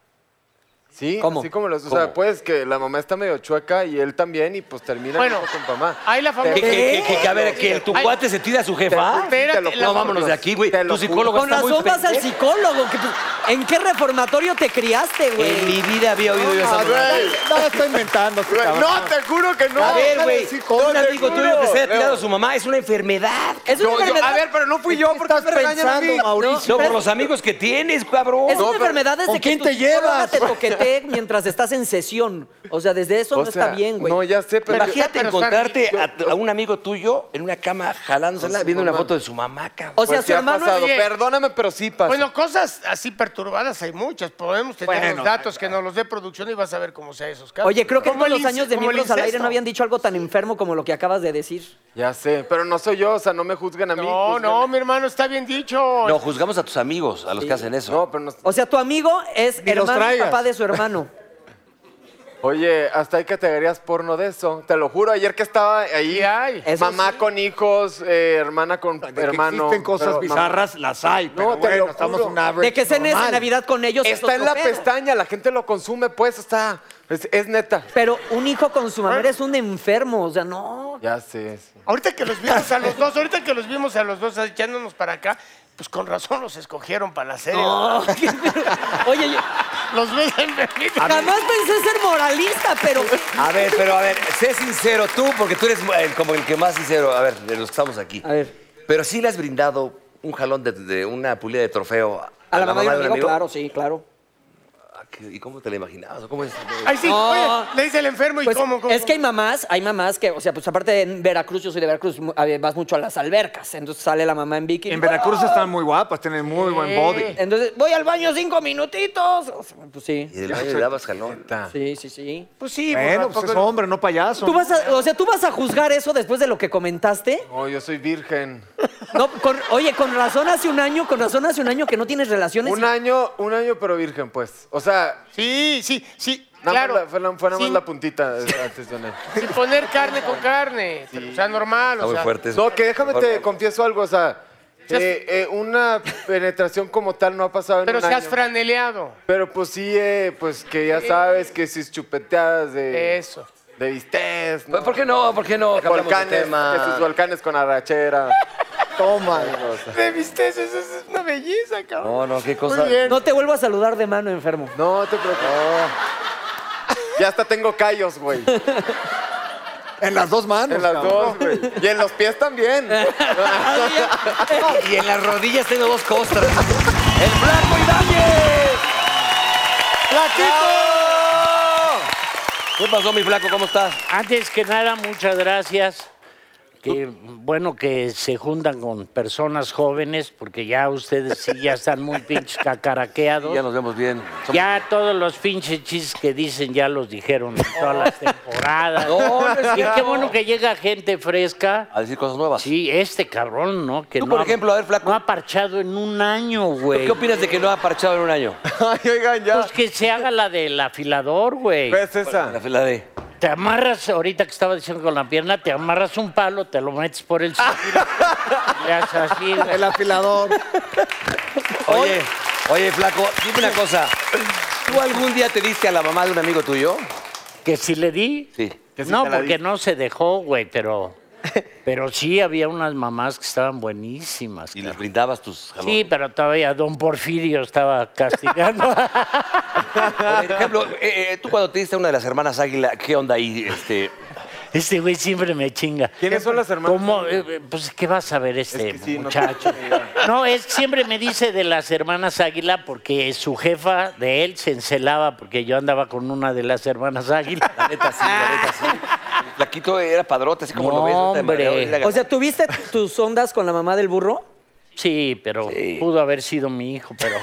Speaker 3: Sí,
Speaker 6: ¿Cómo?
Speaker 3: así como los. O
Speaker 4: ¿Cómo?
Speaker 3: sea, pues que la mamá está medio chueca y él también, y pues termina
Speaker 2: Bueno,
Speaker 3: con mamá.
Speaker 2: ahí la famosa-
Speaker 4: Que, que- que- que- que- a ver,
Speaker 2: ¿Qué?
Speaker 4: que tu
Speaker 2: Ay.
Speaker 4: cuate se tira a su jefa.
Speaker 2: Espérate,
Speaker 4: no,
Speaker 2: la-
Speaker 4: vámonos de aquí, güey.
Speaker 3: Te
Speaker 4: Tu
Speaker 3: lo
Speaker 4: psicólogo
Speaker 6: Con
Speaker 4: está muy
Speaker 6: razón vas al
Speaker 4: pendejo.
Speaker 6: psicólogo. que pues, ¿En qué reformatorio te criaste,
Speaker 4: En mi
Speaker 6: güey?
Speaker 4: vida había oído yo esa
Speaker 5: Ah,
Speaker 4: mamada.
Speaker 5: güey, No, estoy inventando, este
Speaker 3: Güey,
Speaker 5: cabrón.
Speaker 3: No, te juro que no.
Speaker 4: A ver,
Speaker 5: no,
Speaker 4: güey.
Speaker 5: sí,
Speaker 4: todo Un
Speaker 5: con-
Speaker 4: amigo
Speaker 5: te
Speaker 4: tuyo que
Speaker 5: juro.
Speaker 4: se haya tirado a su mamá es una enfermedad.
Speaker 6: Es una
Speaker 3: Yo- yo-
Speaker 6: enfermedad.
Speaker 3: a ver, pero no fui yo, porque
Speaker 5: estás
Speaker 3: me regañan a mí?
Speaker 5: pensando, Mauricio?
Speaker 4: No, por los amigos que tienes, cabrón.
Speaker 6: Es
Speaker 3: No,
Speaker 6: una
Speaker 3: pero-
Speaker 6: enfermedad desde
Speaker 5: ¿con
Speaker 6: que
Speaker 5: quién
Speaker 6: tu
Speaker 5: te
Speaker 6: psicóloga
Speaker 5: llevas?
Speaker 6: te toquetee mientras estás en sesión. O sea, desde eso
Speaker 3: O
Speaker 6: no
Speaker 3: sea,
Speaker 6: está bien, güey.
Speaker 3: No, ya sé, pero.
Speaker 4: Imagínate
Speaker 2: pero
Speaker 4: encontrarte
Speaker 2: está-
Speaker 4: a, a un amigo tuyo en una cama
Speaker 3: Con
Speaker 4: jalándosela,
Speaker 3: su
Speaker 4: viendo una
Speaker 3: mamá.
Speaker 4: foto de su mamá, cabrón.
Speaker 6: o sea,
Speaker 3: Pues
Speaker 6: su
Speaker 3: sí ha
Speaker 6: hermano...
Speaker 3: pasado.
Speaker 2: Oye.
Speaker 3: Perdóname, pero sí pasa.
Speaker 2: Bueno, cosas así perturbadas hay muchas. Podemos tener
Speaker 4: Bueno,
Speaker 2: los datos que nos los dé producción y vas a ver cómo sea esos casos.
Speaker 6: Oye, creo que
Speaker 2: Como
Speaker 6: todos
Speaker 2: el
Speaker 6: los
Speaker 2: inc-
Speaker 6: años de
Speaker 2: como el
Speaker 6: miembros al aire
Speaker 2: incesto.
Speaker 6: no habían dicho algo tan enfermo como lo que acabas de decir.
Speaker 3: ya sé, pero no soy yo, o sea, no me juzguen a mí.
Speaker 6: pues,
Speaker 3: Pues,
Speaker 2: No,
Speaker 3: juzguen-
Speaker 2: no, mi hermano, está bien dicho.
Speaker 4: No, juzgamos a tus amigos, a los que hacen eso.
Speaker 3: No, pero no.
Speaker 6: O sea, tu amigo es
Speaker 5: Ni los
Speaker 6: hermano y
Speaker 5: traigas.
Speaker 6: papá de su hermano.
Speaker 3: Oye, hasta hay categorías porno de eso. Te lo juro, ayer que estaba ahí.
Speaker 2: Sí hay.
Speaker 6: Eso
Speaker 3: Mamá
Speaker 6: sí.
Speaker 3: con hijos, eh, hermana con
Speaker 5: De que
Speaker 3: hermano.
Speaker 5: existen cosas
Speaker 3: pero-
Speaker 5: bizarras, las hay. Pero
Speaker 3: te
Speaker 5: bueno,
Speaker 3: lo
Speaker 5: estamos
Speaker 3: juro.
Speaker 5: un average
Speaker 6: De que cenes
Speaker 5: normal.
Speaker 6: en Navidad con ellos. es
Speaker 3: Está en
Speaker 6: otro
Speaker 3: la
Speaker 6: pedo.
Speaker 3: pestaña, la gente lo consume, pues, está. Es, es neta.
Speaker 6: Pero un hijo con su mamá es un enfermo. O sea, no.
Speaker 3: Ya sé. sí.
Speaker 2: Ahorita que los vimos a
Speaker 6: <laughs>
Speaker 2: los dos, ahorita que los vimos a los dos echándonos para acá, pues con razón los escogieron para la serie.
Speaker 6: No. Oye, yo
Speaker 2: Los ves en Berlín.
Speaker 6: jamás pensé ser moralista, pero
Speaker 4: A ver, pero a ver, sé sincero tú, porque tú eres el- como el que más sincero, a ver, de los que estamos aquí.
Speaker 6: A ver.
Speaker 4: Pero sí le has brindado un jalón de, de una pulida de trofeo a,
Speaker 6: a la mamá de un amigo,
Speaker 4: amigo?
Speaker 6: claro, sí, claro.
Speaker 4: Ah, ¿qué- ¿Y cómo te la imaginabas? ¿O ¿Cómo es?
Speaker 2: Ay, sí,
Speaker 6: No.
Speaker 2: oye, le dice el enfermo y
Speaker 6: Pues,
Speaker 2: cómo, cómo,
Speaker 6: es que hay
Speaker 2: cómo?
Speaker 6: mamás, hay mamás que, o sea, pues aparte en Veracruz, yo soy de Veracruz, mu- a ver, vas mucho a las albercas, entonces sale la mamá en bikini.
Speaker 5: En Veracruz están muy guapas, tienen muy buen body.
Speaker 6: Entonces, voy al baño cinco minutitos. O sea, pues sí,
Speaker 4: Y del baño le dabas jalón.
Speaker 6: sí, sí, sí.
Speaker 2: Pues sí,
Speaker 5: Bueno,
Speaker 2: pues,
Speaker 5: pues es
Speaker 2: tampoco-
Speaker 5: hombre, no payaso.
Speaker 6: ¿Tú vas a, o sea, ¿tú vas a juzgar eso después de lo que comentaste?
Speaker 3: No, yo soy virgen.
Speaker 6: No, con- oye, con razón hace un año, con razón hace un año que no tienes relaciones.
Speaker 3: Un año, un año, pero virgen, pues. O sea,
Speaker 2: Sí, sí, sí.
Speaker 3: nada
Speaker 2: claro.
Speaker 3: más la- fue, la- fue nada más
Speaker 2: sin,
Speaker 3: la puntita eh, antes de una-
Speaker 2: sin poner carne con carne. O sea, normal.
Speaker 4: Está
Speaker 2: O
Speaker 4: muy
Speaker 2: sea,
Speaker 4: fuerte. eso.
Speaker 3: No, que déjame
Speaker 4: Mejor-
Speaker 3: te confieso algo, o sea,
Speaker 2: Seas-
Speaker 3: eh, eh, una penetración como tal no ha pasado en
Speaker 2: pero
Speaker 3: un
Speaker 2: seas
Speaker 3: año.
Speaker 2: franeleado.
Speaker 3: Pero pues sí, eh, pues que ya sabes que sus chupeteadas de...
Speaker 2: Eso.
Speaker 3: De bistec,
Speaker 4: Pues, ¿Por qué no? ¿Por qué no? Cambiamos de
Speaker 3: Volcanes,
Speaker 4: tema.
Speaker 3: de sus volcanes con arrachera.
Speaker 5: Toma.
Speaker 2: ¿Me viste? Eso, eso es una belleza, cabrón.
Speaker 4: No, no, qué cosa.
Speaker 6: No te vuelvo a saludar de mano, enfermo.
Speaker 3: No te preocupes. Ya hasta tengo callos, güey.
Speaker 5: En las dos manos.
Speaker 3: En las
Speaker 5: cabrón.
Speaker 3: dos, güey. Y en los pies también.
Speaker 4: Y en las rodillas tengo dos costras. ¿Qué pasó, mi flaco? ¿Cómo estás?
Speaker 7: Antes que nada, muchas gracias. Que bueno que se juntan con personas jóvenes, porque ya ustedes sí ya están muy
Speaker 4: <laughs>
Speaker 7: pinches cacaraqueados.
Speaker 4: Ya
Speaker 7: Ya,
Speaker 4: nos vemos bien. Somos-
Speaker 7: todos los pinches chistes que dicen ya los dijeron en
Speaker 4: <laughs>
Speaker 7: todas las temporadas.
Speaker 4: No, no es
Speaker 7: y qué
Speaker 4: cierto.
Speaker 7: bueno que llega gente fresca.
Speaker 4: A decir cosas nuevas.
Speaker 7: Sí, este cabrón, ¿no? Que
Speaker 4: Tú,
Speaker 7: no
Speaker 4: por
Speaker 7: ha-
Speaker 4: ejemplo, a ver, flaco.
Speaker 7: No ha parchado en un año, güey.
Speaker 4: ¿Qué opinas de que no ha parchado en un año?
Speaker 3: Ay, oigan, ya.
Speaker 7: Pues que se haga la del afilador, güey.
Speaker 3: ¿Ves
Speaker 4: La
Speaker 3: esa?
Speaker 4: fila de...
Speaker 7: Te amarras, ahorita que estaba diciendo con la pierna, te amarras un palo, te lo metes
Speaker 3: <laughs>
Speaker 7: por el cinturón, le haces así, güey.
Speaker 5: El afilador.
Speaker 4: Oye, oye, flaco, dime una cosa. ¿Tú algún día te diste a la mamá de un amigo tuyo?
Speaker 7: Que si le di.
Speaker 4: Sí.
Speaker 3: Que si
Speaker 7: no,
Speaker 3: te la
Speaker 7: porque
Speaker 3: di.
Speaker 7: no se dejó, güey,
Speaker 3: <laughs>
Speaker 7: pero. Pero sí había unas mamás que estaban buenísimas.
Speaker 4: Y
Speaker 7: cabrón.
Speaker 4: les brindabas tus jalones.
Speaker 7: Sí, pero todavía don Porfirio estaba
Speaker 3: <laughs>
Speaker 7: castigando.
Speaker 4: Oye, Por ejemplo, eh, eh, tú cuando te diste a una de las hermanas Águila, ¿qué onda ahí? Este,
Speaker 7: Este güey siempre me chinga.
Speaker 3: ¿Quiénes son las hermanas?
Speaker 7: ¿Cómo? Eh, Pues, ¿qué vas a ver este
Speaker 3: Es que sí, no
Speaker 7: muchacho?
Speaker 3: tengo idea.
Speaker 7: No, es siempre me dice de las hermanas Águila porque su jefa de él se encelaba porque yo andaba con una de las
Speaker 3: <laughs>
Speaker 7: hermanas Águila.
Speaker 4: La neta sí, la neta sí. El flaquito era padrote, así como
Speaker 7: No,
Speaker 4: lo ves. no te
Speaker 7: hombre.
Speaker 4: mareo, era
Speaker 6: O sea, ¿tuviste tus ondas con la mamá del burro?
Speaker 7: Sí, pero
Speaker 4: Sí.
Speaker 7: pudo haber sido mi hijo, pero...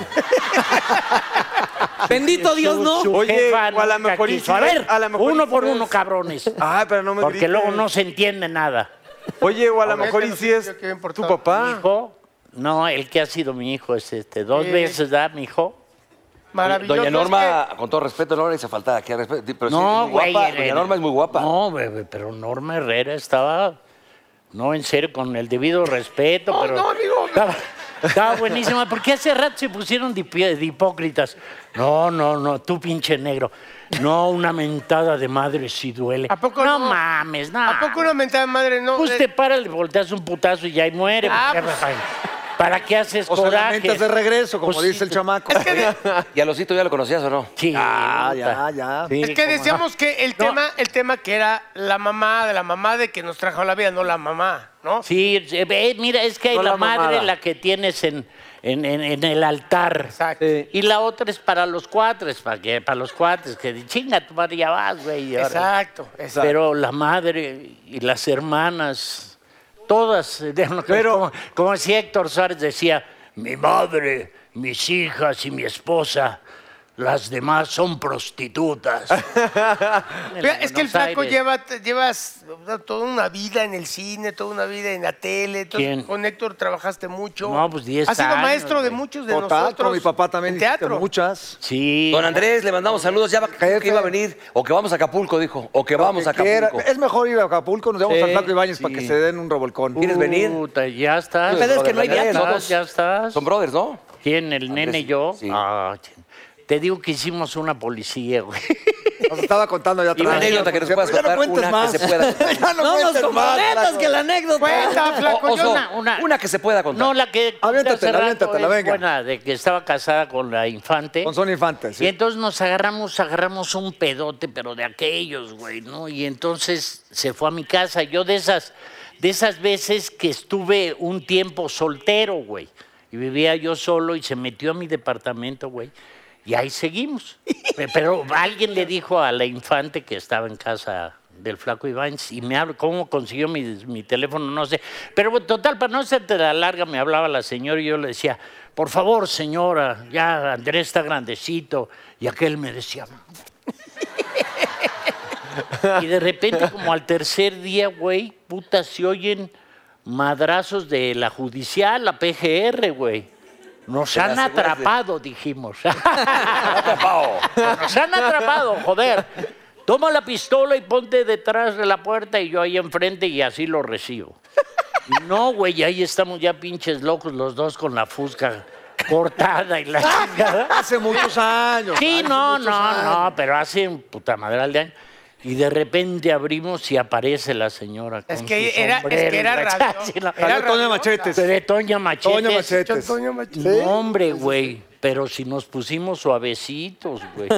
Speaker 6: Bendito Dios,
Speaker 7: Su-
Speaker 6: <laughs> ¿no?
Speaker 7: su
Speaker 3: Oye,
Speaker 7: jefa
Speaker 3: o a lo
Speaker 7: nunca
Speaker 3: mejor y
Speaker 7: quiso.
Speaker 3: sí,
Speaker 7: A ver,
Speaker 3: a lo mejor y
Speaker 7: uno
Speaker 3: sí
Speaker 7: por
Speaker 3: ves. <laughs>
Speaker 7: uno, cabrones.
Speaker 3: Ay, pero no me
Speaker 7: Porque
Speaker 3: grites.
Speaker 7: luego no se entiende nada.
Speaker 3: <laughs> Oye, o a lo
Speaker 2: Aunque
Speaker 3: mejor y
Speaker 2: este
Speaker 3: si
Speaker 2: no
Speaker 3: es
Speaker 2: sintió que había
Speaker 3: tu
Speaker 2: importado.
Speaker 7: Mi
Speaker 3: papá.
Speaker 7: hijo, no, el que ha sido mi hijo es este, dos
Speaker 2: Sí.
Speaker 7: veces, ¿da, mi hijo?
Speaker 2: Maravilloso.
Speaker 4: Doña
Speaker 2: es
Speaker 4: Norma, con todo respeto, no le hizo falta aquí al respeto. Pero sí,
Speaker 7: no,
Speaker 4: es muy
Speaker 7: güey.
Speaker 4: guapa. Doña
Speaker 7: Herrera.
Speaker 4: Norma es muy guapa.
Speaker 7: No, bebé, pero Norma Herrera estaba, no en serio, con el debido respeto, pero.
Speaker 2: no, digo-
Speaker 7: Estaba, estaba buenísima, porque hace rato se pusieron de, hipó- de hipócritas. No, no, no, tú pinche negro. No, una mentada de madre sí duele.
Speaker 2: ¿A poco no?
Speaker 7: mames, no.
Speaker 2: que- ¿A poco una mentada madre no?
Speaker 7: Pues
Speaker 2: eh,
Speaker 7: te para, le volteas un putazo y ya ahí muere.
Speaker 2: Ah,
Speaker 7: ¿Para-
Speaker 2: pues.
Speaker 7: ¿Para qué haces
Speaker 5: O sea,
Speaker 7: coraje?
Speaker 5: lamentas de regreso, como
Speaker 7: Pues sí,
Speaker 5: dice el chamaco.
Speaker 4: ¿Y a Losito ya lo conocías o no?
Speaker 7: Sí,
Speaker 5: Ah,
Speaker 7: puta.
Speaker 5: ya, ya.
Speaker 7: Sí,
Speaker 2: Es que
Speaker 7: cómo no.
Speaker 2: decíamos que el
Speaker 7: No.
Speaker 2: tema, el tema que era la mamá de la mamá de que nos trajo a la vida, no la mamá, ¿no?
Speaker 7: Sí, eh, eh, mira, es que hay
Speaker 3: No
Speaker 7: la,
Speaker 3: la
Speaker 7: madre,
Speaker 3: mamada.
Speaker 7: la que tienes en, en- en- en el altar.
Speaker 2: Exacto.
Speaker 5: <laughs>
Speaker 7: Y la otra es para los cuatres, para, que, para los cuatres, que di- chinga, tu madre ya vas, güey. y ahora-
Speaker 2: Exacto, exacto.
Speaker 7: Pero la madre y las hermanas, todas, <laughs> eh, digamos, como, como si Héctor Suárez decía, mi madre, mis hijas y mi esposa, las demás son prostitutas.
Speaker 2: <laughs> Mira, es que el
Speaker 7: Buenos
Speaker 2: flaco
Speaker 7: Aires.
Speaker 2: lleva, llevas toda una vida en el cine, toda una vida en la tele. Entonces,
Speaker 7: ¿Quién?
Speaker 2: Con Héctor trabajaste mucho.
Speaker 7: No, pues, 10
Speaker 2: Has sido
Speaker 7: años,
Speaker 2: maestro de
Speaker 7: güey.
Speaker 2: muchos de
Speaker 5: Total,
Speaker 2: nosotros.
Speaker 5: con mi papá también
Speaker 2: en
Speaker 5: hiciste
Speaker 2: teatro.
Speaker 5: muchas.
Speaker 7: Sí.
Speaker 4: Don Andrés, le mandamos saludos. Ya va- que iba a venir. O que vamos a Acapulco, dijo. O que vamos a
Speaker 5: Que quiera.
Speaker 4: Acapulco.
Speaker 5: Es mejor ir a Acapulco, nos vamos
Speaker 4: Sí,
Speaker 5: al Paco Ibáñez
Speaker 4: sí.
Speaker 5: para que se den un revolcón.
Speaker 4: ¿Quieres venir?
Speaker 7: Puta, ya estás.
Speaker 4: El
Speaker 6: pedo es que
Speaker 4: brother
Speaker 6: no hay
Speaker 4: Andrés,
Speaker 6: viáticos.
Speaker 4: somos-
Speaker 7: Ya estás.
Speaker 4: Son brothers, ¿no?
Speaker 7: ¿Quién? ¿El nene y yo?
Speaker 4: sí.
Speaker 7: Ah, chin. te digo que hicimos una policía, güey. <laughs>
Speaker 5: Nos estaba contando ya
Speaker 4: Y una
Speaker 5: atrás.
Speaker 4: anécdota que nos puedas
Speaker 5: Ya no
Speaker 4: contar.
Speaker 5: cuentes
Speaker 4: una
Speaker 5: más.
Speaker 4: que se pueda.
Speaker 5: Ya <laughs> no
Speaker 6: No nos
Speaker 5: cuentes más.
Speaker 6: comprometas que la anécdota.
Speaker 7: Oh,
Speaker 2: Cuenta, flaco.
Speaker 4: O-
Speaker 2: yo
Speaker 4: oso,
Speaker 2: na-
Speaker 7: una- una-
Speaker 4: una que se pueda contar.
Speaker 7: No, la que.
Speaker 5: Aviéntatela,
Speaker 7: hace rato
Speaker 5: aviéntatela,
Speaker 7: es
Speaker 5: venga.
Speaker 7: Buena, de que estaba casada con la infante.
Speaker 5: Con Sonia Infante, sí.
Speaker 7: Y entonces nos agarramos, agarramos un pedote, pero de aquellos, güey, ¿no? Y entonces se fue a mi casa. Yo de esas, de esas veces que estuve un tiempo soltero, güey. Y vivía yo solo y se metió a mi departamento, güey. Y
Speaker 5: <laughs>
Speaker 7: ahí seguimos. Pe- Pero alguien le dijo a la infante que estaba en casa del flaco Ibáñez y me habla, ¿cómo consiguió mi, mi teléfono? No sé. Pero bueno, total, para no hacerte la larga, me hablaba la señora y yo le decía, por favor, señora, ya Andrés está grandecito. Y aquel me decía... y de repente, como al tercer día, güey, puta, se oyen madrazos de la judicial, la PGR, güey. Nos
Speaker 4: De las
Speaker 7: han
Speaker 4: seguras de-
Speaker 7: atrapado, dijimos. <laughs>
Speaker 4: Atrapado.
Speaker 7: Nos han atrapado, joder. Toma la pistola y ponte detrás de la puerta y yo ahí enfrente y así lo recibo. No, güey, ahí estamos ya pinches locos los dos con la fusca cortada y
Speaker 5: <laughs>
Speaker 7: la chingada.
Speaker 5: Hace muchos años.
Speaker 7: Sí,
Speaker 5: hace
Speaker 7: no,
Speaker 5: muchos
Speaker 7: no,
Speaker 5: años.
Speaker 7: no, pero hace un puta madral de años. Y de repente abrimos y aparece la señora.
Speaker 2: Es
Speaker 7: con
Speaker 2: que
Speaker 7: su
Speaker 2: era- es
Speaker 7: sombrero
Speaker 2: que
Speaker 7: y
Speaker 2: era
Speaker 7: oh. la <laughs>
Speaker 2: radio-
Speaker 7: chachila.
Speaker 2: era
Speaker 5: Salió Toño
Speaker 2: radio-
Speaker 5: Machetes.
Speaker 7: De Toña Machete.
Speaker 5: Toño Machetes.
Speaker 2: Toño Machete.
Speaker 5: Sí.
Speaker 7: No, hombre, güey. Pero si nos pusimos suavecitos,
Speaker 2: <laughs>
Speaker 7: güey.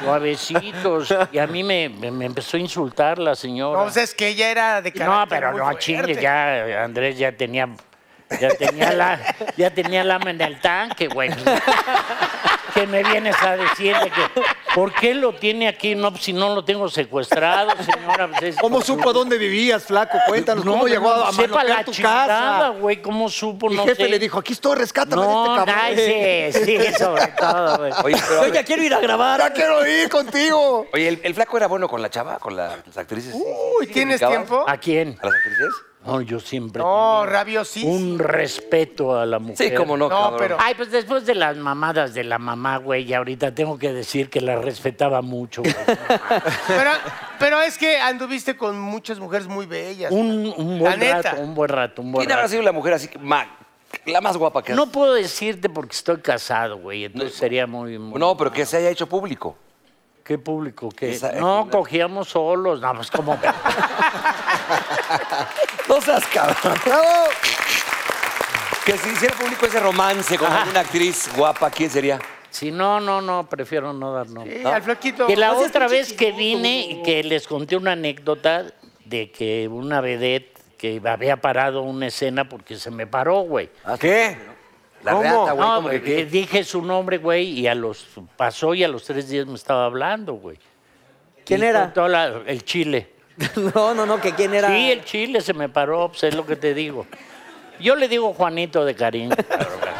Speaker 7: suavecitos. Y a mí me, me- me empezó a insultar la señora.
Speaker 2: No, o sea, es que ella era de carácter
Speaker 7: No, pero
Speaker 2: muy
Speaker 7: no,
Speaker 2: fuerte.
Speaker 7: chingue, ya Andrés ya tenía, ya tenía la, ya tenía lama en el tanque, güey. ¿Qué me vienes a decir de que por qué lo tiene aquí? No, pues, si no lo tengo secuestrado, señora. pues, es-
Speaker 5: ¿Cómo supo dónde vivías, flaco? Cuéntanos,
Speaker 7: No,
Speaker 5: ¿cómo llegó a, a
Speaker 7: sepa la
Speaker 5: manotear tu
Speaker 7: chingada,
Speaker 5: casa?
Speaker 7: güey, cómo supo,
Speaker 5: Mi
Speaker 7: no
Speaker 5: jefe
Speaker 7: sé.
Speaker 5: le dijo, aquí estoy, rescátame
Speaker 7: No,
Speaker 5: de este
Speaker 7: nadie, sí, sobre todo, güey.
Speaker 4: Oye, pero
Speaker 6: Yo
Speaker 4: a ver,
Speaker 6: ya quiero ir a grabar.
Speaker 5: cabrón. Ya quiero ir contigo.
Speaker 4: oye, el, el flaco era bueno con la chava, con la- las actrices.
Speaker 2: Uy,
Speaker 4: ¿Sí
Speaker 2: ¿tienes
Speaker 4: ubicabas?
Speaker 2: tiempo?
Speaker 7: ¿A quién?
Speaker 4: ¿A las actrices?
Speaker 7: No, yo siempre
Speaker 2: No, rabiosísimo.
Speaker 7: un respeto a la mujer.
Speaker 4: Sí, cómo no,
Speaker 2: No,
Speaker 4: cabrón.
Speaker 2: pero-
Speaker 7: Ay, pues después de las mamadas de la mamá, güey, y ahorita tengo que decir que la respetaba mucho. güey.
Speaker 2: Pero, pero es que anduviste con muchas mujeres muy bellas.
Speaker 7: Un, un
Speaker 2: La
Speaker 7: buen
Speaker 2: neta.
Speaker 7: rato, un buen rato, un buen
Speaker 4: ¿Quién habrá
Speaker 7: rato.
Speaker 4: sido la mujer así, que ma- la más guapa que has-
Speaker 7: No puedo decirte porque estoy casado, güey, entonces sería muy... muy-
Speaker 4: No, pero que se haya hecho público.
Speaker 7: ¿Qué público? ¿Qué?
Speaker 4: Esa-
Speaker 7: no, cogíamos solos. No, pues <laughs> como...
Speaker 4: No seas cabrón. Que se hiciera público ese romance con alguna actriz guapa, ¿quién sería?
Speaker 7: Si no, no, no, prefiero no dar nombre.
Speaker 2: Sí, al flaquito.
Speaker 7: Que la
Speaker 6: No seas
Speaker 7: otra
Speaker 6: tan
Speaker 7: vez que
Speaker 6: chismoso.
Speaker 7: vine y que les conté una anécdota de que una vedette que había parado una escena porque se me paró, güey.
Speaker 3: ¿Qué?
Speaker 4: La
Speaker 3: ¿Cómo?
Speaker 4: reata, Ah, güey.
Speaker 7: No,
Speaker 4: ¿cómo que
Speaker 7: porque
Speaker 4: qué?
Speaker 7: dije su nombre, güey, y a los pasó y a los tres días me estaba hablando, güey.
Speaker 6: ¿Quién
Speaker 7: Y
Speaker 6: era?
Speaker 7: con toda la- el chile.
Speaker 6: <laughs> No, no, no, que quién era.
Speaker 7: Sí, el chile se me paró, pues es lo que te digo. Yo le digo Juanito de cariño. cabrón.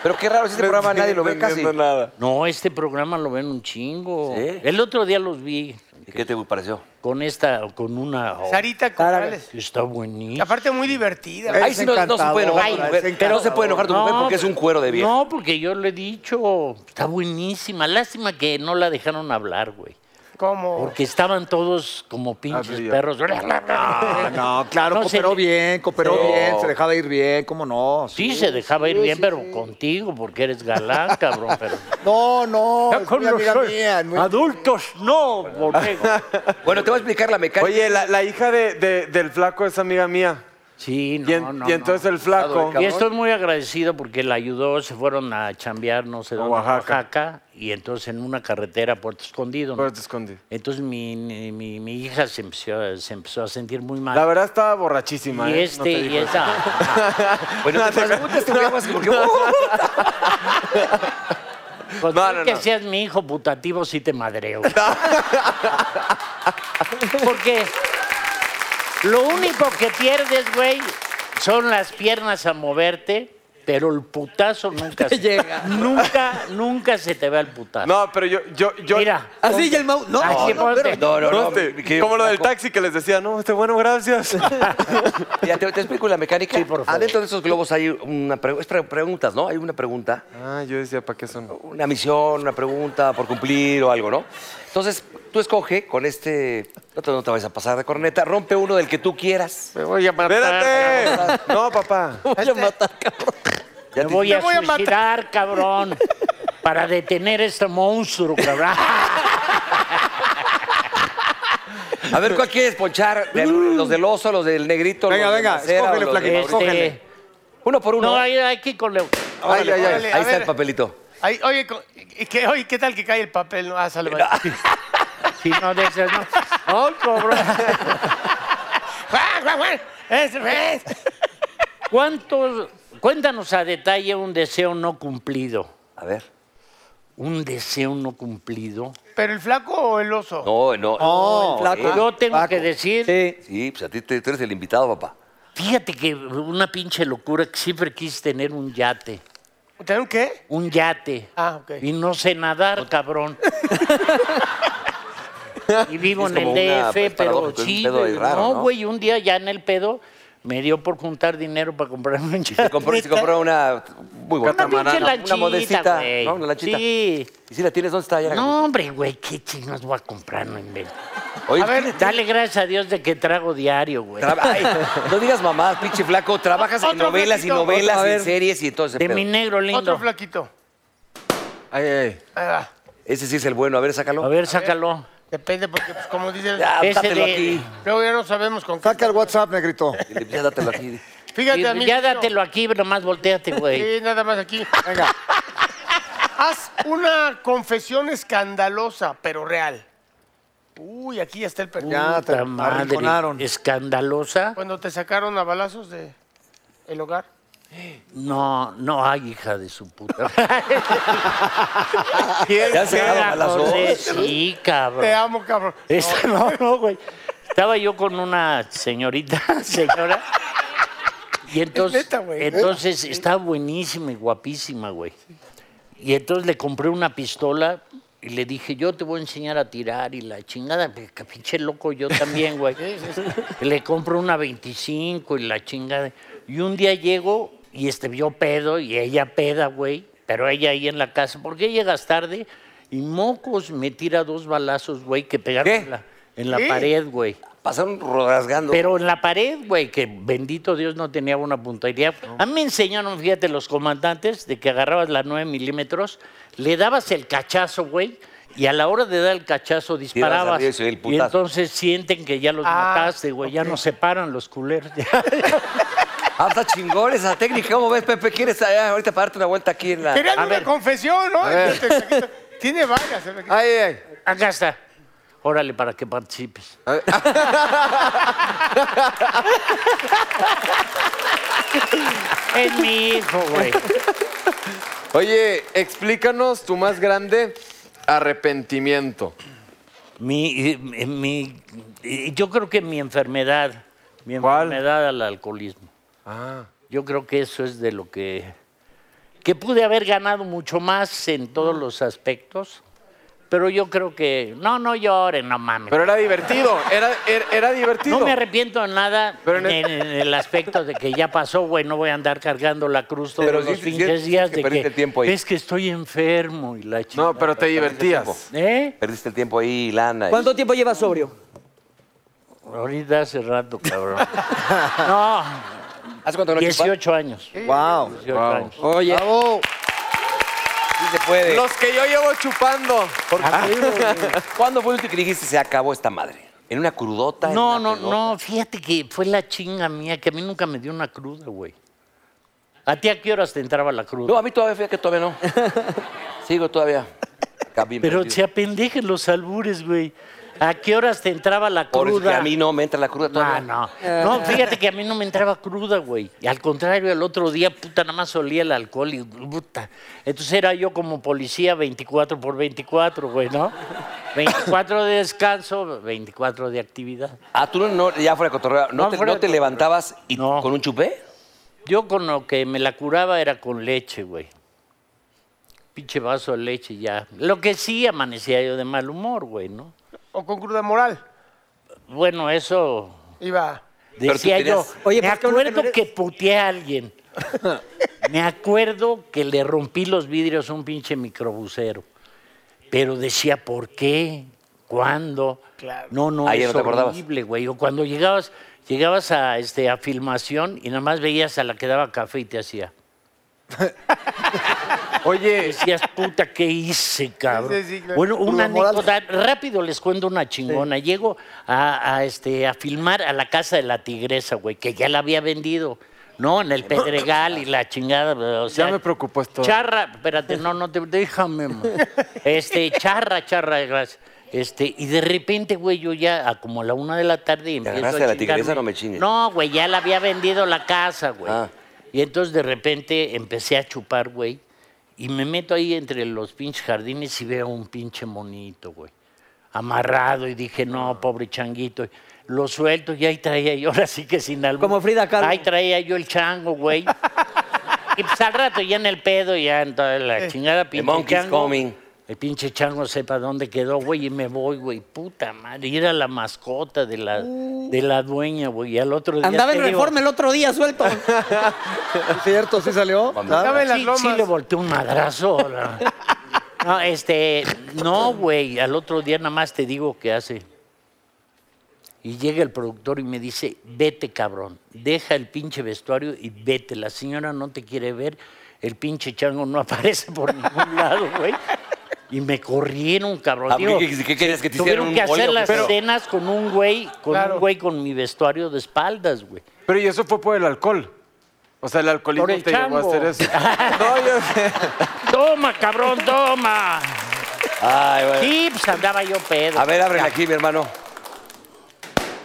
Speaker 4: Pero qué raro, si este programa nadie lo ve
Speaker 3: No
Speaker 4: casi.
Speaker 3: entiendo nada.
Speaker 7: No, este programa lo ven un chingo.
Speaker 4: ¿Sí?
Speaker 7: El otro día los vi
Speaker 4: ¿Y qué te pareció?
Speaker 7: con esta, con una.
Speaker 2: Sarita Corrales.
Speaker 7: Está buenísimo.
Speaker 2: Aparte, muy divertida.
Speaker 5: Es
Speaker 4: Ahí sí no, no se puede enojar tu
Speaker 5: encantadora,
Speaker 4: mujer.
Speaker 5: es
Speaker 4: Pero no se puede enojar tu mujer porque es un cuero de vieja.
Speaker 7: No, porque yo le he dicho, está buenísima. Lástima que no la dejaron hablar, güey.
Speaker 2: ¿Cómo?
Speaker 7: Porque estaban todos como pinches
Speaker 3: Hablilla.
Speaker 7: perros.
Speaker 5: Ah, no, claro,
Speaker 7: No, se
Speaker 5: cooperó
Speaker 7: le-
Speaker 5: bien, cooperó
Speaker 4: No.
Speaker 5: bien, se dejaba ir bien, ¿cómo no?
Speaker 7: Sí, se dejaba ir bien, pero contigo, porque eres galán, <laughs> cabrón. Pero...
Speaker 5: No, no,
Speaker 7: Ya
Speaker 5: es
Speaker 7: con
Speaker 5: muy amiga
Speaker 7: los-
Speaker 5: mía. muy-
Speaker 7: Adultos,
Speaker 5: <laughs>
Speaker 7: no, borrego.
Speaker 4: Bueno, te voy a explicar la mecánica.
Speaker 3: Oye, la, la hija de- de- del flaco es amiga mía.
Speaker 7: Sí, no,
Speaker 3: y, en-
Speaker 7: no,
Speaker 3: y
Speaker 7: no.
Speaker 3: entonces el flaco.
Speaker 7: Y estoy muy agradecido porque la ayudó, se fueron a chambear, no sé
Speaker 3: A
Speaker 7: dónde, a
Speaker 3: Oaxaca.
Speaker 7: Oaxaca. y entonces en una carretera, a Puerto Escondido. ¿no?
Speaker 3: Pero te escondí.
Speaker 7: Entonces mi, mi- mi hija se empezó, a- se empezó a sentir muy mal.
Speaker 3: La verdad estaba borrachísima.
Speaker 7: y
Speaker 3: ¿eh? No
Speaker 7: este,
Speaker 3: te
Speaker 7: y
Speaker 3: digo eso.
Speaker 7: esa.
Speaker 3: <laughs>
Speaker 4: Bueno, no te preguntes, te voy a pasar porque...
Speaker 7: Pues
Speaker 3: No,
Speaker 7: no,
Speaker 3: no,
Speaker 7: que
Speaker 3: no.
Speaker 7: seas mi hijo putativo, sí
Speaker 3: <laughs>
Speaker 7: te madreo. Porque lo único que pierdes, güey, son las piernas a moverte, pero
Speaker 3: <laughs>
Speaker 7: el putazo nunca
Speaker 6: Te
Speaker 7: se
Speaker 6: llega.
Speaker 7: Nunca, nunca se te va el putazo.
Speaker 3: No, pero yo, yo, yo.
Speaker 7: Mira,
Speaker 6: Así, y Ah, el Mau. No,
Speaker 7: Así,
Speaker 6: no, pero-
Speaker 7: ponte.
Speaker 4: No, no, no.
Speaker 3: Conste,
Speaker 4: mi querido
Speaker 3: este? como lo del
Speaker 4: flaco.
Speaker 3: taxi que les decía, no, este bueno,
Speaker 4: <laughs>
Speaker 3: gracias.
Speaker 4: Mira, te, te explico la mecánica.
Speaker 7: Sí, por favor.
Speaker 4: Adentro de esos globos hay una pregunta. Es pre- preguntas, ¿no? Hay una pregunta.
Speaker 3: ah, yo decía, ¿para qué son?
Speaker 4: una misión, una pregunta por cumplir o algo, ¿no? Entonces, tú escoge con este. No te, no te vayas a pasar de corneta, rompe uno del que tú quieras. Este.
Speaker 7: me voy a matar.
Speaker 3: ¡Espérate! No, papá.
Speaker 6: Voy a matar, cabrón.
Speaker 4: Ya
Speaker 7: Me
Speaker 4: te-
Speaker 7: voy a
Speaker 2: voy a matar.
Speaker 7: suicidar, cabrón. Para detener este monstruo, cabrón.
Speaker 4: A ver, ¿cuál quieres ponchar? De alguno- ¿Los del oso, los del negrito?
Speaker 5: Venga,
Speaker 4: los de
Speaker 5: venga,
Speaker 4: la cera,
Speaker 5: escógele,
Speaker 4: o los de-
Speaker 5: flaquito,
Speaker 7: Este,
Speaker 4: Uno por uno.
Speaker 7: no,
Speaker 4: ahí
Speaker 7: hay, hay que ir con Leo.
Speaker 3: Ay,
Speaker 5: pues.
Speaker 3: ay, ay.
Speaker 2: Órale, a
Speaker 4: está
Speaker 2: ver.
Speaker 4: el papelito.
Speaker 2: Ay, oye, co- ¿qué, oye, ¿qué tal que cae el papel? No, ah, sale mal.
Speaker 7: Si no, de esas no. ¡Ay, cabrón!
Speaker 2: Juan, Juan, Juan, es- es.
Speaker 7: ¿Cuántos, cuéntanos a detalle un deseo no cumplido.
Speaker 4: A ver.
Speaker 7: Un deseo no cumplido.
Speaker 2: ¿Pero el flaco o el oso?
Speaker 4: No, no.
Speaker 5: No,
Speaker 4: eh.
Speaker 7: Yo tengo que decir,
Speaker 6: Sí.
Speaker 4: Sí, pues a ti te- tú eres el invitado, papá.
Speaker 7: fíjate que una pinche locura que siempre quise tener un yate.
Speaker 2: ¿Tengo qué?
Speaker 7: Un yate.
Speaker 2: Ah, ok.
Speaker 7: Y no sé
Speaker 4: <laughs>
Speaker 7: nadar, cabrón. y vivo
Speaker 4: Es
Speaker 7: en el
Speaker 4: como una,
Speaker 7: DF,
Speaker 4: pues,
Speaker 7: pero
Speaker 4: paradójico, es un
Speaker 7: sí.
Speaker 4: pedo ahí
Speaker 7: güey.
Speaker 4: raro,
Speaker 7: no,
Speaker 4: ¿no?
Speaker 7: güey, un día ya en el pedo me dio por juntar dinero para comprarme un yate.
Speaker 4: Se compró, se compró una. Muy buena.
Speaker 7: una pinche
Speaker 4: Catamarana,
Speaker 7: lanchita,
Speaker 4: Una modecita.
Speaker 7: güey.
Speaker 4: ¿no? Una lanchita.
Speaker 7: Sí.
Speaker 4: ¿Y si la tienes, dónde está? Ahí en la-
Speaker 7: No, hombre, güey, qué chingados voy a comprar, no invento.
Speaker 4: Oye,
Speaker 2: A ver,
Speaker 7: Dale gracias a Dios de que trago diario, güey.
Speaker 4: Traba- Ay, no digas mamás, pinche flaco. Trabajas en
Speaker 2: Otro
Speaker 4: novelas y
Speaker 2: flaquito,
Speaker 4: novelas
Speaker 2: otro, a
Speaker 4: y
Speaker 2: ver.
Speaker 4: series y todo ese
Speaker 7: De
Speaker 4: pedo.
Speaker 7: mi negro
Speaker 2: Otro
Speaker 7: lindo.
Speaker 2: flaquito.
Speaker 3: Ay, ay.
Speaker 2: Ahí va.
Speaker 4: Ese sí es el bueno. A ver, sácalo.
Speaker 7: A ver, sácalo.
Speaker 2: Depende, porque, pues, como dices,
Speaker 4: Ya,
Speaker 7: ese
Speaker 4: dátelo
Speaker 7: de-
Speaker 4: aquí.
Speaker 2: luego ya no sabemos con qué.
Speaker 5: Saca el WhatsApp, negrito.
Speaker 4: Ya dátelo aquí.
Speaker 2: Fíjate,
Speaker 7: Y-
Speaker 2: amigo.
Speaker 7: ya dátelo aquí, nomás volteate, güey.
Speaker 2: Sí, nada más
Speaker 7: <laughs>
Speaker 2: aquí.
Speaker 5: Venga.
Speaker 2: Haz una confesión escandalosa, pero real. Uy, aquí ya está el perfil.
Speaker 5: Ya te
Speaker 7: Puta madre.
Speaker 5: arrinconaron.
Speaker 7: Escandalosa.
Speaker 2: Cuando te sacaron a balazos de el hogar.
Speaker 7: No, no hay hija de su
Speaker 2: <laughs>
Speaker 7: puta.
Speaker 3: ¿Quién
Speaker 4: Ya
Speaker 7: <laughs>
Speaker 4: se
Speaker 3: será?
Speaker 4: agarra a las dos.
Speaker 7: Joder, sí,
Speaker 2: Te
Speaker 7: cabrón.
Speaker 2: amo, cabrón.
Speaker 7: Esta- no, no, güey. Estaba yo con una señorita, <laughs> señora. Y entonces,
Speaker 2: neta, güey.
Speaker 7: entonces estaba buenísima y guapísima, güey. Y entonces le compré una pistola y le dije, yo te voy a enseñar a tirar y la chingada, pues, que pinche loco yo también, güey. le compro una 25 y la chingada. Y un día llego y este vio pedo y ella peda, güey, pero ella ahí en la casa, porque llegas tarde y mocos me tira dos balazos, güey, que pegaron
Speaker 4: ¿Qué?
Speaker 7: en la, en la
Speaker 2: ¿Qué?
Speaker 7: pared, güey.
Speaker 4: Pasaron rasgando.
Speaker 7: Pero en la pared, güey, que bendito Dios no tenía una puntería. A mí me enseñaron, fíjate, los comandantes, de que agarrabas la 9 milímetros, le dabas el cachazo, güey, y a la hora de dar el cachazo disparabas.
Speaker 4: arriba y se oía el
Speaker 7: y
Speaker 4: putazo.
Speaker 7: entonces sienten que ya los
Speaker 2: Ah,
Speaker 7: <laughs> mataste, güey, ya no se paran los culeros.
Speaker 4: Ah, está chingón esa técnica. ¿Cómo ves, Pepe? ¿Quieres allá ahorita para darte una vuelta aquí en la.
Speaker 2: Querían
Speaker 7: A
Speaker 2: una
Speaker 7: ver.
Speaker 2: confesión, ¿no? Tiene varias.
Speaker 5: Ah.
Speaker 3: Ay, ay.
Speaker 7: Acá está. Órale, para que
Speaker 4: <laughs>
Speaker 7: participes. es mi hijo, güey.
Speaker 3: Oye, explícanos tu más grande arrepentimiento.
Speaker 7: Mi, eh, mi- eh, yo creo que mi enfermedad, mi enfermedad al alcoholismo. Yo creo que eso es de lo que... Que pude haber ganado mucho más en todos los aspectos, pero yo creo que... No, no lloren, no mames.
Speaker 3: Pero era divertido, era, era, era divertido.
Speaker 7: No me arrepiento de nada
Speaker 3: Pero
Speaker 7: en,
Speaker 3: en el-
Speaker 7: en el aspecto de que ya pasó, güey, no voy a andar cargando la cruz todos
Speaker 8: Pero sí,
Speaker 7: los
Speaker 8: sí,
Speaker 7: pinches
Speaker 8: sí,
Speaker 7: días
Speaker 8: que
Speaker 7: de
Speaker 8: perdiste
Speaker 7: que
Speaker 8: el tiempo ahí.
Speaker 7: es que estoy enfermo y la chingada.
Speaker 3: No, pero te divertías.
Speaker 7: ¿Eh?
Speaker 4: Perdiste el tiempo ahí, lana. y-
Speaker 6: ¿Cuánto tiempo llevas sobrio?
Speaker 7: Ahorita hace rato, cabrón.
Speaker 4: <laughs>
Speaker 7: no,
Speaker 8: ¿Hace cuánto no chupas?
Speaker 7: 18 años.
Speaker 5: Wow.
Speaker 7: 18 años.
Speaker 8: Oye. Sí se puede.
Speaker 3: Los que yo llevo chupando.
Speaker 7: Ah.
Speaker 4: ¿Cuándo fue el último que dijiste se acabó esta madre? ¿En una crudota? en
Speaker 7: No,
Speaker 4: una
Speaker 7: no,
Speaker 4: pedota?
Speaker 7: no, fíjate que fue la chinga mía, que a mí nunca me dio una cruda, güey. ¿A ti a qué horas te entraba la cruda?
Speaker 4: No, a mí todavía, fíjate que todavía
Speaker 7: <laughs>
Speaker 4: no. Sigo todavía. Acá bien
Speaker 7: Pero
Speaker 4: perdido.
Speaker 7: se apendejen los albures, güey. ¿A qué horas te entraba la
Speaker 4: Por eso
Speaker 7: cruda?
Speaker 4: que a mí no me entra la cruda
Speaker 7: No,
Speaker 4: todavía.
Speaker 7: Ah, no. No, fíjate que a mí no me entraba cruda, güey. Y al contrario, el otro día, puta, nada más olía el alcohol y puta. Entonces era yo como policía 24 por 24, güey, ¿no? 24 de descanso, 24 de actividad.
Speaker 4: Ah, tú no, no- ya fuera de cotorreo. ¿No,
Speaker 7: No,
Speaker 4: te,
Speaker 7: fuera
Speaker 4: no
Speaker 7: de
Speaker 4: te
Speaker 7: cotorreo.
Speaker 4: levantabas y
Speaker 7: No.
Speaker 4: con un chupé?
Speaker 7: Yo con lo que me la curaba era con leche, güey. Pinche vaso de leche y ya. Lo que sí amanecía yo de mal humor, güey, ¿no?
Speaker 2: O con cruda moral.
Speaker 7: Bueno, eso
Speaker 2: Iba.
Speaker 4: Pero tú
Speaker 7: Decía yo,
Speaker 4: tenías-
Speaker 6: Oye,
Speaker 7: me
Speaker 6: pues, qué bueno que no
Speaker 7: acuerdo
Speaker 6: eres-
Speaker 7: que puteé a alguien. me acuerdo que le rompí los vidrios a un pinche microbusero. Pero decía, ¿por qué? ¿Cuándo?
Speaker 2: Claro.
Speaker 7: No, no,
Speaker 4: Ahí ya
Speaker 7: es
Speaker 4: no te acordabas.
Speaker 7: horrible, güey. O cuando llegabas, llegabas a, este, a filmación y nada más veías a la que daba café y te hacía.
Speaker 3: Oye,
Speaker 7: Decías, puta, ¿qué hice, cabrón?
Speaker 2: Sí, sí, claro.
Speaker 7: Bueno, una
Speaker 5: Cruda moral.
Speaker 7: anécdota, rápido les cuento una chingona. Llego a, a, este, a filmar a la casa de la tigresa, güey, que ya la había vendido, ¿no? En el Pedregal y la chingada. O sea,
Speaker 3: ya me preocupó esto.
Speaker 7: Charra, espérate, no, no te. Déjame, man. Este, charra, charra, gracias. Este, y de repente, güey, yo ya a como la una de la tarde y empiezo
Speaker 4: agarraste
Speaker 7: a
Speaker 4: de la tigresa?
Speaker 7: chingarme.
Speaker 4: No me chingues.
Speaker 7: No, güey, ya la había vendido la casa, güey.
Speaker 4: Ah.
Speaker 7: Y entonces de repente empecé a chupar, güey. Y me meto ahí entre los pinches jardines y veo un pinche monito, güey. Amarrado. Y dije, no, pobre changuito. Lo suelto y ahí traía yo, ahora sí que sin algo.
Speaker 6: Como Frida Kahlo.
Speaker 7: Ahí traía yo el chango, güey.
Speaker 6: <laughs>
Speaker 7: Y pues al rato ya en el pedo, ya en toda la chingada pinche
Speaker 4: Eh, monkey's
Speaker 7: chango.
Speaker 4: coming.
Speaker 7: El pinche chango sepa dónde quedó, güey, y me voy, güey. Puta madre, y era la mascota de la, de la dueña, güey. Y al otro día.
Speaker 6: Uh. Andaba en
Speaker 7: Pues te digo,
Speaker 6: reforma el otro día,
Speaker 7: <laughs>
Speaker 6: suelto.
Speaker 5: ¿Es cierto? ¿Sí salió?
Speaker 2: Estaba en las
Speaker 7: "Ah, sí,
Speaker 2: lomas.
Speaker 7: sí le volteó un
Speaker 6: <laughs>
Speaker 7: madrazo. la- No, este, no, güey. Al otro día nada más te digo qué hace. Y llega el productor y me dice, vete, cabrón, deja el pinche vestuario y vete. La señora no te quiere ver, el pinche chango no <laughs> aparece por ningún lado, güey. Y me corrieron, cabrón.
Speaker 4: Ah,
Speaker 7: Digo,
Speaker 4: ¿qué- qué- qué querías que te hicieran
Speaker 7: tuvieron
Speaker 4: un
Speaker 7: que hacer
Speaker 4: hoyo?
Speaker 7: las
Speaker 4: Pero-
Speaker 7: cenas con un güey, con
Speaker 2: Claro.
Speaker 7: un güey con mi vestuario de espaldas, güey.
Speaker 3: Pero y eso fue por el alcohol. O sea, el alcoholismo
Speaker 7: Por el
Speaker 3: te llevó a
Speaker 7: chango.
Speaker 3: hacer eso.
Speaker 7: <laughs>
Speaker 3: No, yo sé.
Speaker 7: Toma, cabrón, toma.
Speaker 4: Ay, bueno.
Speaker 7: Sí, pues andaba yo pedo.
Speaker 4: A ver, ábrele aquí, mi hermano.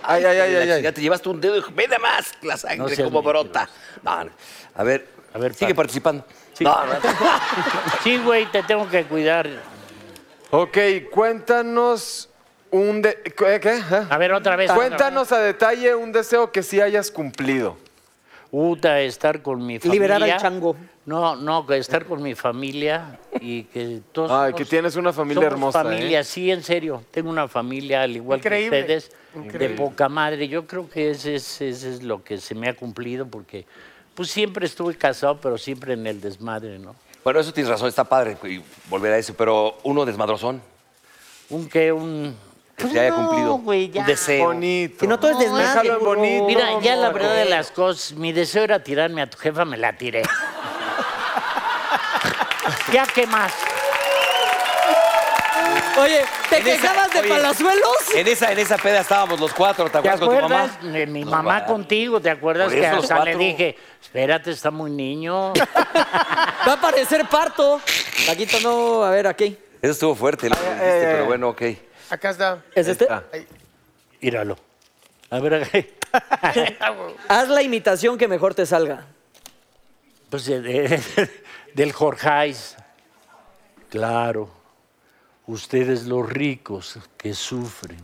Speaker 3: Ay, ay, ay, ay,
Speaker 4: La
Speaker 3: ay.
Speaker 4: chingada, te llevaste un dedo y ve nada más la
Speaker 7: No
Speaker 4: sangre
Speaker 7: seas
Speaker 4: como
Speaker 7: mentiroso.
Speaker 4: brota. No, no. A ver,
Speaker 7: A ver,
Speaker 4: sigue
Speaker 7: pa-
Speaker 4: participando. No, no.
Speaker 7: Sí, güey, te tengo que cuidar.
Speaker 3: Ok, cuéntanos un... De... ¿Qué? qué? ¿Eh?
Speaker 7: A ver, otra vez. otra vez.
Speaker 3: Cuéntanos a detalle un deseo que sí hayas cumplido.
Speaker 7: Puta, estar con mi familia.
Speaker 6: Liberar al chango.
Speaker 7: No, no, que estar con mi familia y que todos.
Speaker 3: Ay,
Speaker 7: somos-
Speaker 3: que tienes una familia
Speaker 7: somos
Speaker 3: hermosa, ¿eh?
Speaker 7: familia, sí, en serio. Tengo una familia, al igual
Speaker 2: Increíble,
Speaker 7: que ustedes, de poca madre. Yo creo que ese es, ese es lo que se me ha cumplido porque, pues siempre estuve casado, pero siempre en el desmadre, ¿no?
Speaker 4: Bueno, eso tienes razón, está padre y volver a eso, pero uno desmadrozón
Speaker 7: Un que un.
Speaker 4: que se haya
Speaker 7: Pues No,
Speaker 4: cumplido.
Speaker 7: güey, ya.
Speaker 4: Un deseo.
Speaker 3: Bonito.
Speaker 6: Si no, todo es desmadre.
Speaker 3: Déjalo en
Speaker 6: burro.
Speaker 3: bonito.
Speaker 7: Mira, ya la
Speaker 3: amor.
Speaker 7: verdad de las cosas, mi deseo era tirarme a tu jefa, me la <laughs> tiré. ya qué más.
Speaker 6: Oye, ¿te
Speaker 4: En esa-
Speaker 6: quejabas de
Speaker 4: oye,
Speaker 6: palazuelos?
Speaker 7: Eh.
Speaker 4: En esa, en esa peda estábamos los cuatro, ¿te
Speaker 7: ¿Te
Speaker 4: acuerdas,
Speaker 7: acuerdas?
Speaker 4: con tu
Speaker 7: Eh,
Speaker 4: mamá?
Speaker 7: Mi
Speaker 4: No,
Speaker 7: mamá
Speaker 4: va.
Speaker 7: contigo, ¿te acuerdas
Speaker 4: Por
Speaker 7: que
Speaker 4: eso,
Speaker 7: hasta
Speaker 4: cuatro.
Speaker 7: le dije, espérate, está muy
Speaker 4: <laughs>
Speaker 7: niño?
Speaker 6: Va a parecer parto. Paquito, no, a ver, aquí.
Speaker 4: Eso estuvo fuerte, lo que dijiste, pero bueno, ok.
Speaker 2: Acá está.
Speaker 6: ¿Es este?
Speaker 7: Míralo. A ver, <laughs>
Speaker 4: <laughs>
Speaker 6: Haz la imitación que mejor te salga.
Speaker 7: pues eh, de- <laughs> del Jorjais. Claro, ustedes los ricos que sufren.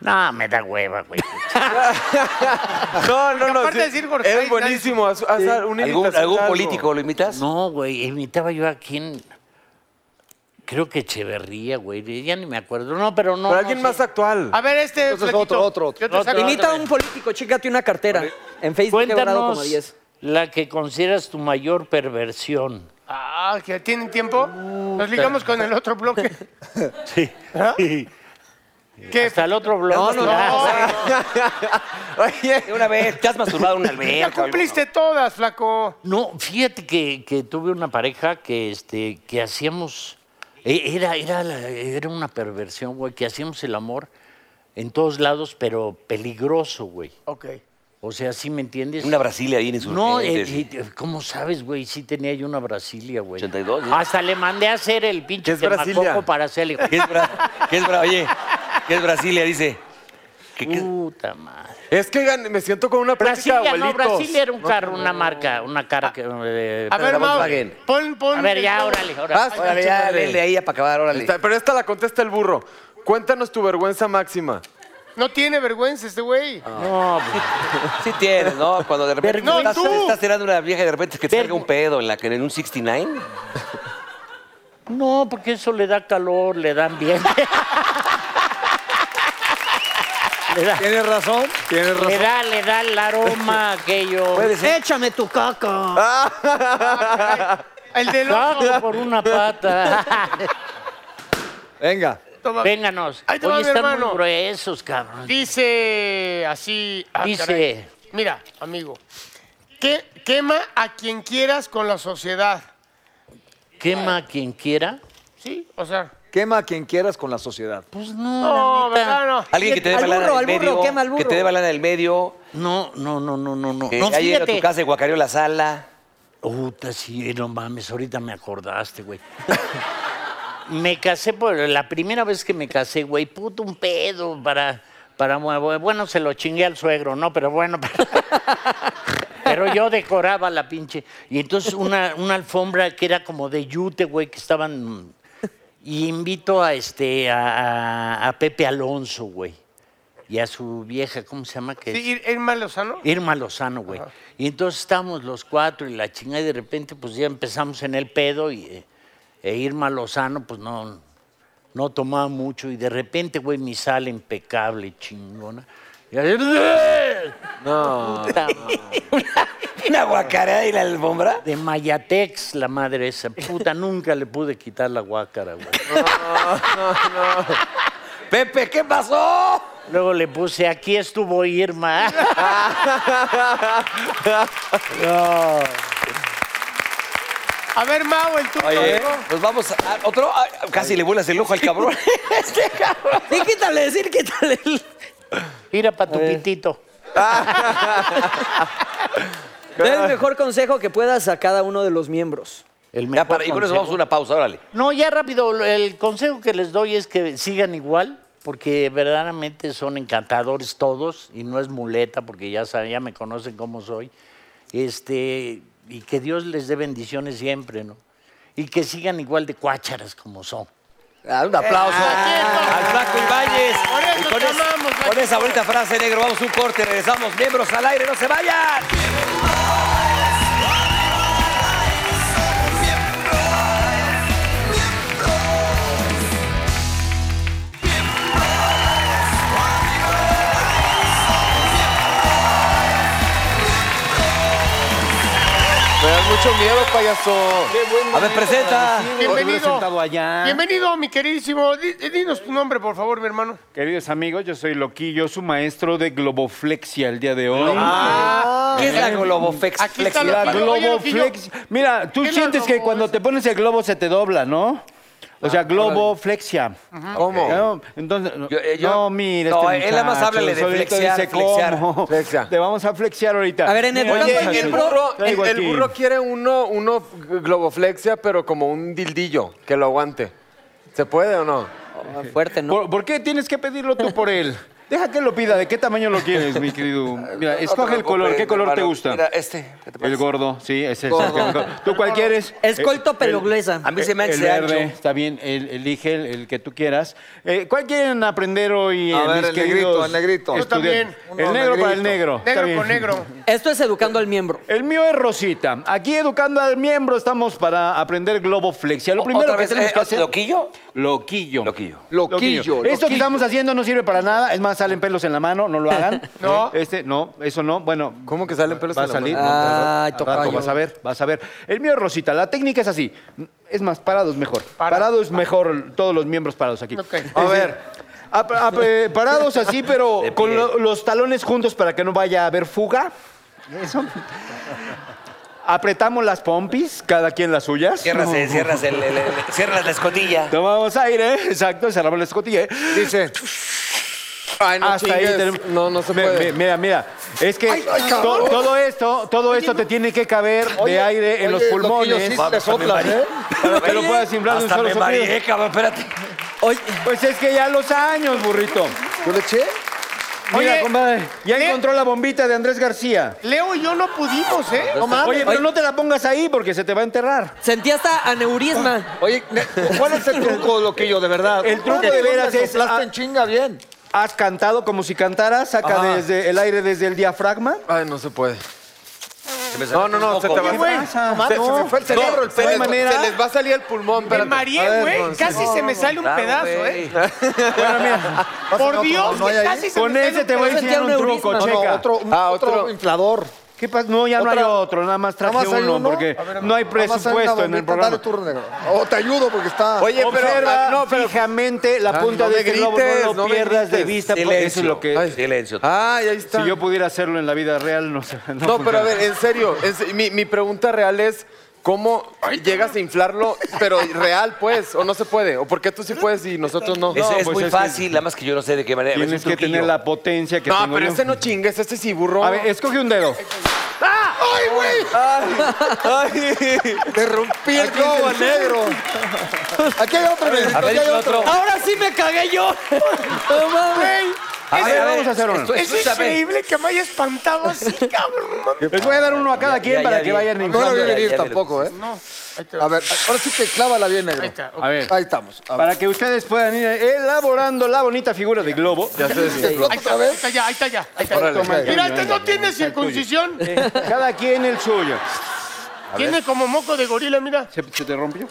Speaker 7: No, me da
Speaker 6: <laughs>
Speaker 7: hueva, güey.
Speaker 3: No, no, no.
Speaker 2: Aparte
Speaker 3: sí,
Speaker 2: de decir Jorge,
Speaker 3: es buenísimo. haz- haz una
Speaker 4: ¿Algún,
Speaker 3: imitación
Speaker 4: algún
Speaker 3: de algo.
Speaker 4: político lo imitas?
Speaker 7: No, güey, imitaba yo a quien... Creo que Echeverría, güey. Ya ni me acuerdo. No, pero no.
Speaker 3: Pero
Speaker 7: no
Speaker 3: alguien
Speaker 7: sé.
Speaker 3: más actual.
Speaker 2: A ver, este.
Speaker 5: Entonces,
Speaker 2: flaquito.
Speaker 5: otro, otro, otro.
Speaker 2: Yo te saco-
Speaker 6: Imita a un político, chécate una cartera. En Facebook he
Speaker 7: Cuéntanos
Speaker 6: ganado como 10.
Speaker 7: la que consideras tu mayor perversión.
Speaker 2: Ah, que tienen tiempo. Nos ligamos con el otro bloque.
Speaker 7: Sí.
Speaker 2: ¿Ah? ¿Qué?
Speaker 7: Hasta el otro blog.
Speaker 6: No, no, no.
Speaker 2: Oh,
Speaker 3: Oye,
Speaker 4: De Una vez, eh. te has masturbado en una alberca.
Speaker 2: Ya cumpliste todas, flaco.
Speaker 7: No, fíjate que, que tuve una pareja que, este, que hacíamos. e- Era, era, la- era una perversión, güey, que hacíamos el amor en todos lados, pero peligroso, güey.
Speaker 2: Ok.
Speaker 7: O sea, ¿sí me entiendes?
Speaker 4: Una Brasilia ahí en
Speaker 7: No, eh,
Speaker 4: Insurgentes.
Speaker 7: eh, ¿cómo sabes, güey? Sí tenía yo una Brasilia, güey.
Speaker 4: 82, ¿eh?
Speaker 7: Hasta le mandé a hacer el
Speaker 3: ¿Qué
Speaker 7: pinche
Speaker 3: es Brasilia?
Speaker 7: temacoco para hacerle.
Speaker 4: <laughs> ¿Qué es, Bra- qué es Bra- Oye, ¿qué es Brasilia? Dice. ¿Qué- qué-
Speaker 7: Puta madre.
Speaker 3: es que gan- me siento con una práctica
Speaker 7: Brasilia, no,
Speaker 3: abuelitos.
Speaker 7: Brasilia era un carro, una marca, una cara que. eh,
Speaker 2: A ver,
Speaker 4: la
Speaker 2: Mau,
Speaker 4: Volkswagen.
Speaker 2: pon, pon.
Speaker 7: a ver, ya, órale, órale.
Speaker 4: Órale, ya,
Speaker 3: madre.
Speaker 4: denle ahí para acabar, órale.
Speaker 3: Está- pero esta la contesta el burro. Cuéntanos tu vergüenza máxima.
Speaker 2: No tiene vergüenza este güey.
Speaker 7: No, pues,
Speaker 4: Sí tienes, ¿no? Cuando de repente
Speaker 2: No,
Speaker 4: estás,
Speaker 2: tú.
Speaker 4: estás tirando una vieja y de repente que te
Speaker 7: Ver-
Speaker 4: salga un pedo en, la, que- en un 69.
Speaker 7: no, porque eso le da calor, le dan
Speaker 2: <laughs>
Speaker 7: bien. le, da,
Speaker 5: Tienes razón, tienes razón.
Speaker 7: le da, le da el
Speaker 2: <laughs>
Speaker 7: aroma a aquello.
Speaker 6: Échame tu coco.
Speaker 5: Ah.
Speaker 2: El del otro.
Speaker 7: Cago por
Speaker 2: <laughs>
Speaker 7: una pata.
Speaker 5: Venga.
Speaker 2: Toma.
Speaker 7: Vénganos.
Speaker 2: Ahí te va,
Speaker 7: Oye,
Speaker 2: mi
Speaker 7: están
Speaker 2: hermano.
Speaker 7: muy gruesos, cabrón.
Speaker 2: Dice así. ah,
Speaker 7: Dice.
Speaker 2: caray. Mira, amigo. Que, quema a quien quieras con la sociedad.
Speaker 7: Quema a quien quiera.
Speaker 2: ¿Sí? O sea.
Speaker 5: Quema a quien quieras con la sociedad.
Speaker 7: Pues no,
Speaker 2: No,
Speaker 7: la neta.
Speaker 2: ¿verdad? No.
Speaker 4: Alguien que te dé
Speaker 6: Al
Speaker 4: balana
Speaker 6: burro,
Speaker 4: en
Speaker 6: al
Speaker 4: el
Speaker 6: burro,
Speaker 4: medio.
Speaker 6: quema al
Speaker 4: Que
Speaker 6: burro.
Speaker 4: te dé balana en el medio.
Speaker 7: No, no, no, no, no, no.
Speaker 4: Que
Speaker 7: no,
Speaker 4: ya Eh, llega a tu
Speaker 7: fíjate.
Speaker 4: casa y guacareó la sala.
Speaker 7: Puta, sí, eh, no mames, ahorita me acordaste, güey. <laughs> me casé por la primera vez que me casé, güey, puto un pedo para para bueno, se lo chingué al suegro, no, pero bueno. <laughs> Pero, pero yo decoraba la pinche y entonces una, una alfombra que era como de yute, güey, que estaban y invito a este a, a- a Pepe Alonso, güey. Y a su vieja, ¿cómo se llama? Que es-
Speaker 2: Sí, Irma Lozano.
Speaker 7: Irma Lozano, güey. Y entonces estábamos los cuatro y la chingada y de repente pues ya empezamos en el pedo y eh, e Irma Lozano pues no, no tomaba mucho y de repente, güey, mi sal impecable, chingona. Y ahí,
Speaker 3: No.
Speaker 7: puta,
Speaker 4: Una guacareada y la alfombra.
Speaker 7: de Mayatex, la madre esa. Puta, nunca le pude quitar la guácara, güey.
Speaker 4: Pepe, ¿qué pasó?
Speaker 7: Luego le puse, aquí estuvo Irma. <laughs>
Speaker 2: A ver, Mau, el tuyo.
Speaker 4: Oye,
Speaker 2: amigo.
Speaker 4: nos vamos a a- otro. Ah, Casi le vuelas el ojo al <laughs> cabrón.
Speaker 6: Este cabrón. Sí, quítale, decir, quítale. el-
Speaker 7: Mira para
Speaker 4: Eh.
Speaker 7: tu pitito.
Speaker 6: Da el mejor consejo que puedas a cada uno de los miembros.
Speaker 7: El
Speaker 4: Ya
Speaker 7: mejor
Speaker 4: para, y con eso
Speaker 7: consejo.
Speaker 4: vamos a una pausa, órale.
Speaker 7: No, ya rápido, el consejo que les doy es que sigan igual, porque verdaderamente son encantadores todos, y no es muleta, porque ya saben, ya me conocen cómo soy. Este, y que Dios les dé bendiciones siempre, ¿no? Y que sigan igual de cuácharas como son.
Speaker 4: Ah, Un aplauso al Flaco Ibáñez.
Speaker 2: Por eso
Speaker 4: Y con,
Speaker 2: te
Speaker 4: es-
Speaker 2: amamos, Flaco.
Speaker 4: con esa bonita frase, negro, vamos a un corte, regresamos, miembros al aire, no se vayan.
Speaker 3: Me das mucho miedo, payaso.
Speaker 4: A ver, presenta.
Speaker 2: Bienvenido.
Speaker 7: ¿eh?
Speaker 2: Bienvenido, mi queridísimo. Di- Dinos tu nombre, por favor, mi hermano.
Speaker 8: Queridos amigos, yo soy Loquillo, su maestro de globoflexia el día de hoy.
Speaker 2: Ah,
Speaker 4: ¿Qué es la globoflex?
Speaker 2: Aquí está lo
Speaker 8: la
Speaker 2: Oye, Loquillo.
Speaker 8: globoflexia. Mira, tú
Speaker 2: ¿Qué es la
Speaker 8: sientes que
Speaker 2: globo-
Speaker 8: cuando te pones el globo se te dobla, ¿no?
Speaker 5: O
Speaker 2: Ah,
Speaker 5: sea, globoflexia.
Speaker 3: ¿Cómo?
Speaker 5: No, entonces,
Speaker 4: Yo- eh, yo-
Speaker 5: no, mira.
Speaker 4: no,
Speaker 5: este
Speaker 4: él nada más
Speaker 5: muchacho,
Speaker 4: háblale de
Speaker 5: solito
Speaker 4: flexiar,
Speaker 5: dice
Speaker 4: flexiar,
Speaker 5: cómo.
Speaker 3: flexa.
Speaker 5: Te vamos a flexiar ahorita.
Speaker 6: A ver, en el
Speaker 5: Oye,
Speaker 6: campo de
Speaker 3: Oye, y el
Speaker 6: miembro-
Speaker 3: burro, el,
Speaker 5: Traigo
Speaker 3: el
Speaker 5: aquí.
Speaker 3: burro quiere uno, uno globoflexia, pero como un dildillo, que lo aguante. ¿Se puede o no?
Speaker 6: Oh, fuerte, ¿no?
Speaker 5: ¿Por, por qué tienes que pedirlo tú por él? Deja que lo pida. ¿De qué tamaño lo quieres, mi querido? Mira, escoge el color. ¿Qué color te gusta?
Speaker 4: Mira, este. ¿qué te
Speaker 5: El
Speaker 4: parece?
Speaker 5: gordo, sí, ese es el
Speaker 4: <laughs>
Speaker 5: que mejor. ¿Tú cuál quieres?
Speaker 6: Es colto pero gruesa.
Speaker 4: A mí se me
Speaker 5: El
Speaker 4: hace
Speaker 5: verde,
Speaker 4: ancho.
Speaker 5: está bien, el- elige el, el que tú quieras. Eh, ¿Cuál quieren aprender hoy?
Speaker 7: A
Speaker 5: eh,
Speaker 7: ver,
Speaker 5: mis
Speaker 7: el negrito,
Speaker 5: queridos
Speaker 7: el negrito. Yo
Speaker 5: estudiantes?
Speaker 7: también.
Speaker 5: El
Speaker 7: Uno
Speaker 5: negro para el
Speaker 7: negrito.
Speaker 5: negro. está
Speaker 2: Negro
Speaker 5: bien.
Speaker 2: con negro.
Speaker 6: Esto es educando al miembro.
Speaker 5: El mío es Rosita. Aquí educando al miembro estamos para aprender globoflexia. Lo primero
Speaker 4: ¿Otra
Speaker 5: que
Speaker 4: vez
Speaker 5: tenemos
Speaker 4: eh,
Speaker 5: que hacer...
Speaker 4: loquillo?
Speaker 5: Loquillo.
Speaker 4: Loquillo.
Speaker 7: Loquillo,
Speaker 5: Esto que
Speaker 7: loquillo.
Speaker 5: estamos haciendo no sirve para nada. Es más, salen pelos en la mano, no lo hagan.
Speaker 2: No.
Speaker 5: Este, <laughs> no, eso no. Bueno.
Speaker 3: ¿Cómo que salen pelos
Speaker 5: va
Speaker 3: en la
Speaker 5: a salir,
Speaker 3: mano?
Speaker 5: no, al
Speaker 6: Ay,
Speaker 5: rato,
Speaker 6: tocayo.
Speaker 5: Vas a ver, vas a ver. El mío es Rosita. La técnica es así. Es más, parados mejor.
Speaker 2: Parado.
Speaker 7: Ah.
Speaker 5: Parados mejor, todos los miembros parados aquí.
Speaker 2: Ok.
Speaker 5: A ver. ap- ap- eh, parados así, pero
Speaker 4: De
Speaker 5: con
Speaker 4: pie.
Speaker 5: lo- los talones juntos para que no vaya a haber fuga. Eso. Apretamos las pompis, cada quien las suyas.
Speaker 4: Cierras, el- cierras, el, el- el- cierras la escotilla.
Speaker 5: Tomamos aire, ¿eh? exacto, cerramos la escotilla. ¿eh?
Speaker 3: Dice. Ay, no
Speaker 5: Hasta ahí
Speaker 3: chingues.
Speaker 5: tenemos.
Speaker 3: No, no se
Speaker 5: Mi-
Speaker 3: puede.
Speaker 5: mi- Mira, mira. Es que to- todo esto, todo esto te tiene que caber de aire en los
Speaker 7: Oye,
Speaker 5: pulmones.
Speaker 7: Loquillo, sí
Speaker 4: Va-
Speaker 7: le soplas,
Speaker 4: también
Speaker 7: ¿eh?
Speaker 5: Para que lo puedas inflar de un
Speaker 4: Hasta
Speaker 5: solo
Speaker 4: me
Speaker 5: soplido.
Speaker 4: mareé, cabrón, espérate.
Speaker 6: Oye,
Speaker 5: Pues es que ya los años, burrito.
Speaker 7: ¿Yo le eché?
Speaker 5: Mira,
Speaker 2: Oye,
Speaker 5: compadre, ya
Speaker 2: ¿qué?
Speaker 5: encontró la bombita de Andrés García.
Speaker 2: Leo y yo no pudimos, ¿eh?
Speaker 5: Oye, pero no te la pongas ahí porque se te va a enterrar.
Speaker 6: sentí hasta aneurisma.
Speaker 7: Oye, ne- ¿cuál
Speaker 5: <laughs>
Speaker 7: es el truco, Loquillo, de verdad?
Speaker 5: El truco de veras es-
Speaker 7: Soplaste
Speaker 5: ah.
Speaker 7: en chinga bien.
Speaker 5: Has cantado como si cantaras, saca
Speaker 7: Ajá.
Speaker 5: desde el aire desde el diafragma.
Speaker 3: Ay, no se puede.
Speaker 4: Se me salió
Speaker 3: No, no,
Speaker 4: un
Speaker 3: no, se
Speaker 4: moco.
Speaker 3: te va a
Speaker 5: güey.
Speaker 3: se, se me fue el cerebro, el
Speaker 5: pero hay
Speaker 3: pulmón.
Speaker 5: manera.
Speaker 3: Se les va a salir el pulmón.
Speaker 2: Me
Speaker 3: espérate. A
Speaker 2: mareé,
Speaker 3: ver,
Speaker 2: güey.
Speaker 3: no, sí.
Speaker 2: Casi se me sale un
Speaker 4: Ah,
Speaker 2: pedazo,
Speaker 4: güey.
Speaker 2: ¿eh?
Speaker 7: <laughs>
Speaker 2: Por Dios,
Speaker 7: no hay
Speaker 2: que
Speaker 7: ahí.
Speaker 2: casi se me
Speaker 5: Con
Speaker 2: sale
Speaker 5: ese
Speaker 2: un
Speaker 5: te voy a
Speaker 2: pedazo.
Speaker 5: enseñar un truco,
Speaker 7: No, no,
Speaker 5: checa.
Speaker 7: otro, un-
Speaker 3: Ah,
Speaker 7: otro
Speaker 3: otro.
Speaker 7: inflador.
Speaker 5: ¿Qué pasa? No, ya no
Speaker 7: Otra-
Speaker 5: hay otro, nada más traje
Speaker 7: Nada más hay
Speaker 5: uno,
Speaker 7: uno.
Speaker 5: porque
Speaker 7: A ver,
Speaker 5: no hay
Speaker 7: nada más una
Speaker 5: presupuesto en el
Speaker 7: bombita,
Speaker 5: programa.
Speaker 7: Dale turno negro. O te ayudo porque está...
Speaker 3: Oye, pero.
Speaker 5: Observa
Speaker 3: ah, no, pero.
Speaker 5: fijamente la
Speaker 3: Ay,
Speaker 5: punta
Speaker 3: no
Speaker 5: de
Speaker 3: me
Speaker 5: este globo,
Speaker 3: grites,
Speaker 5: no lo
Speaker 3: no me
Speaker 5: pierdas de
Speaker 3: grites.
Speaker 5: vista, porque eso es Ah, lo que...
Speaker 4: Ay, Silencio.
Speaker 3: Ay, ahí está.
Speaker 5: Si yo pudiera hacerlo en la vida real, no sé.
Speaker 3: No, pero
Speaker 5: funciona.
Speaker 3: a ver, en serio, en se- mi, mi pregunta real es cómo llegas a inflarlo, pero real, pues, o no se puede, o por qué tú sí puedes y nosotros no.
Speaker 4: es
Speaker 3: No,
Speaker 4: es
Speaker 5: pues
Speaker 4: muy
Speaker 5: es que-
Speaker 4: fácil, nada más que yo no sé de qué manera.
Speaker 5: Tienes
Speaker 4: es un
Speaker 5: que
Speaker 4: truquillo.
Speaker 5: tener la potencia que
Speaker 3: no,
Speaker 5: tengo
Speaker 3: pero
Speaker 5: yo.
Speaker 3: este no chingues, este sí burro.
Speaker 5: A ver, escoge un dedo.
Speaker 7: Te rompí el globo negro. <laughs> Aquí hay otro negrito,
Speaker 4: A ver,
Speaker 7: aquí hay
Speaker 4: échale otro.
Speaker 5: Ah,
Speaker 6: Ahora sí me cagué yo. No mames.
Speaker 4: A ver, a ver,
Speaker 5: vamos a hacer uno.
Speaker 4: esto-
Speaker 2: Es
Speaker 4: escúchame.
Speaker 2: increíble que me haya espantado
Speaker 5: <laughs>
Speaker 2: así, cabrón.
Speaker 5: Les voy a dar uno a cada
Speaker 4: Ya,
Speaker 5: quien
Speaker 4: ya,
Speaker 5: para
Speaker 4: ya
Speaker 5: que
Speaker 4: vi.
Speaker 5: vayan
Speaker 7: no lo
Speaker 5: inflando.
Speaker 7: vi
Speaker 4: Ya, ya,
Speaker 7: venir
Speaker 4: ya
Speaker 7: tampoco, ¿eh?
Speaker 2: No, ahí te va.
Speaker 7: A ver, ahora sí que clávala bien, negro.
Speaker 2: Ahí está.
Speaker 5: A ver,
Speaker 7: Ahí estamos. A ver.
Speaker 5: para que ustedes puedan ir elaborando la bonita figura de globo.
Speaker 3: Ya se desinfló.
Speaker 2: Ahí está, ahí está ya, ahí está ya. Ahí está.
Speaker 3: Órale.
Speaker 2: Mira, este no tiene circuncisión.
Speaker 5: eh, Cada quien el suyo.
Speaker 2: Tiene como moco de gorila, mira.
Speaker 5: ¿Se, se te rompió?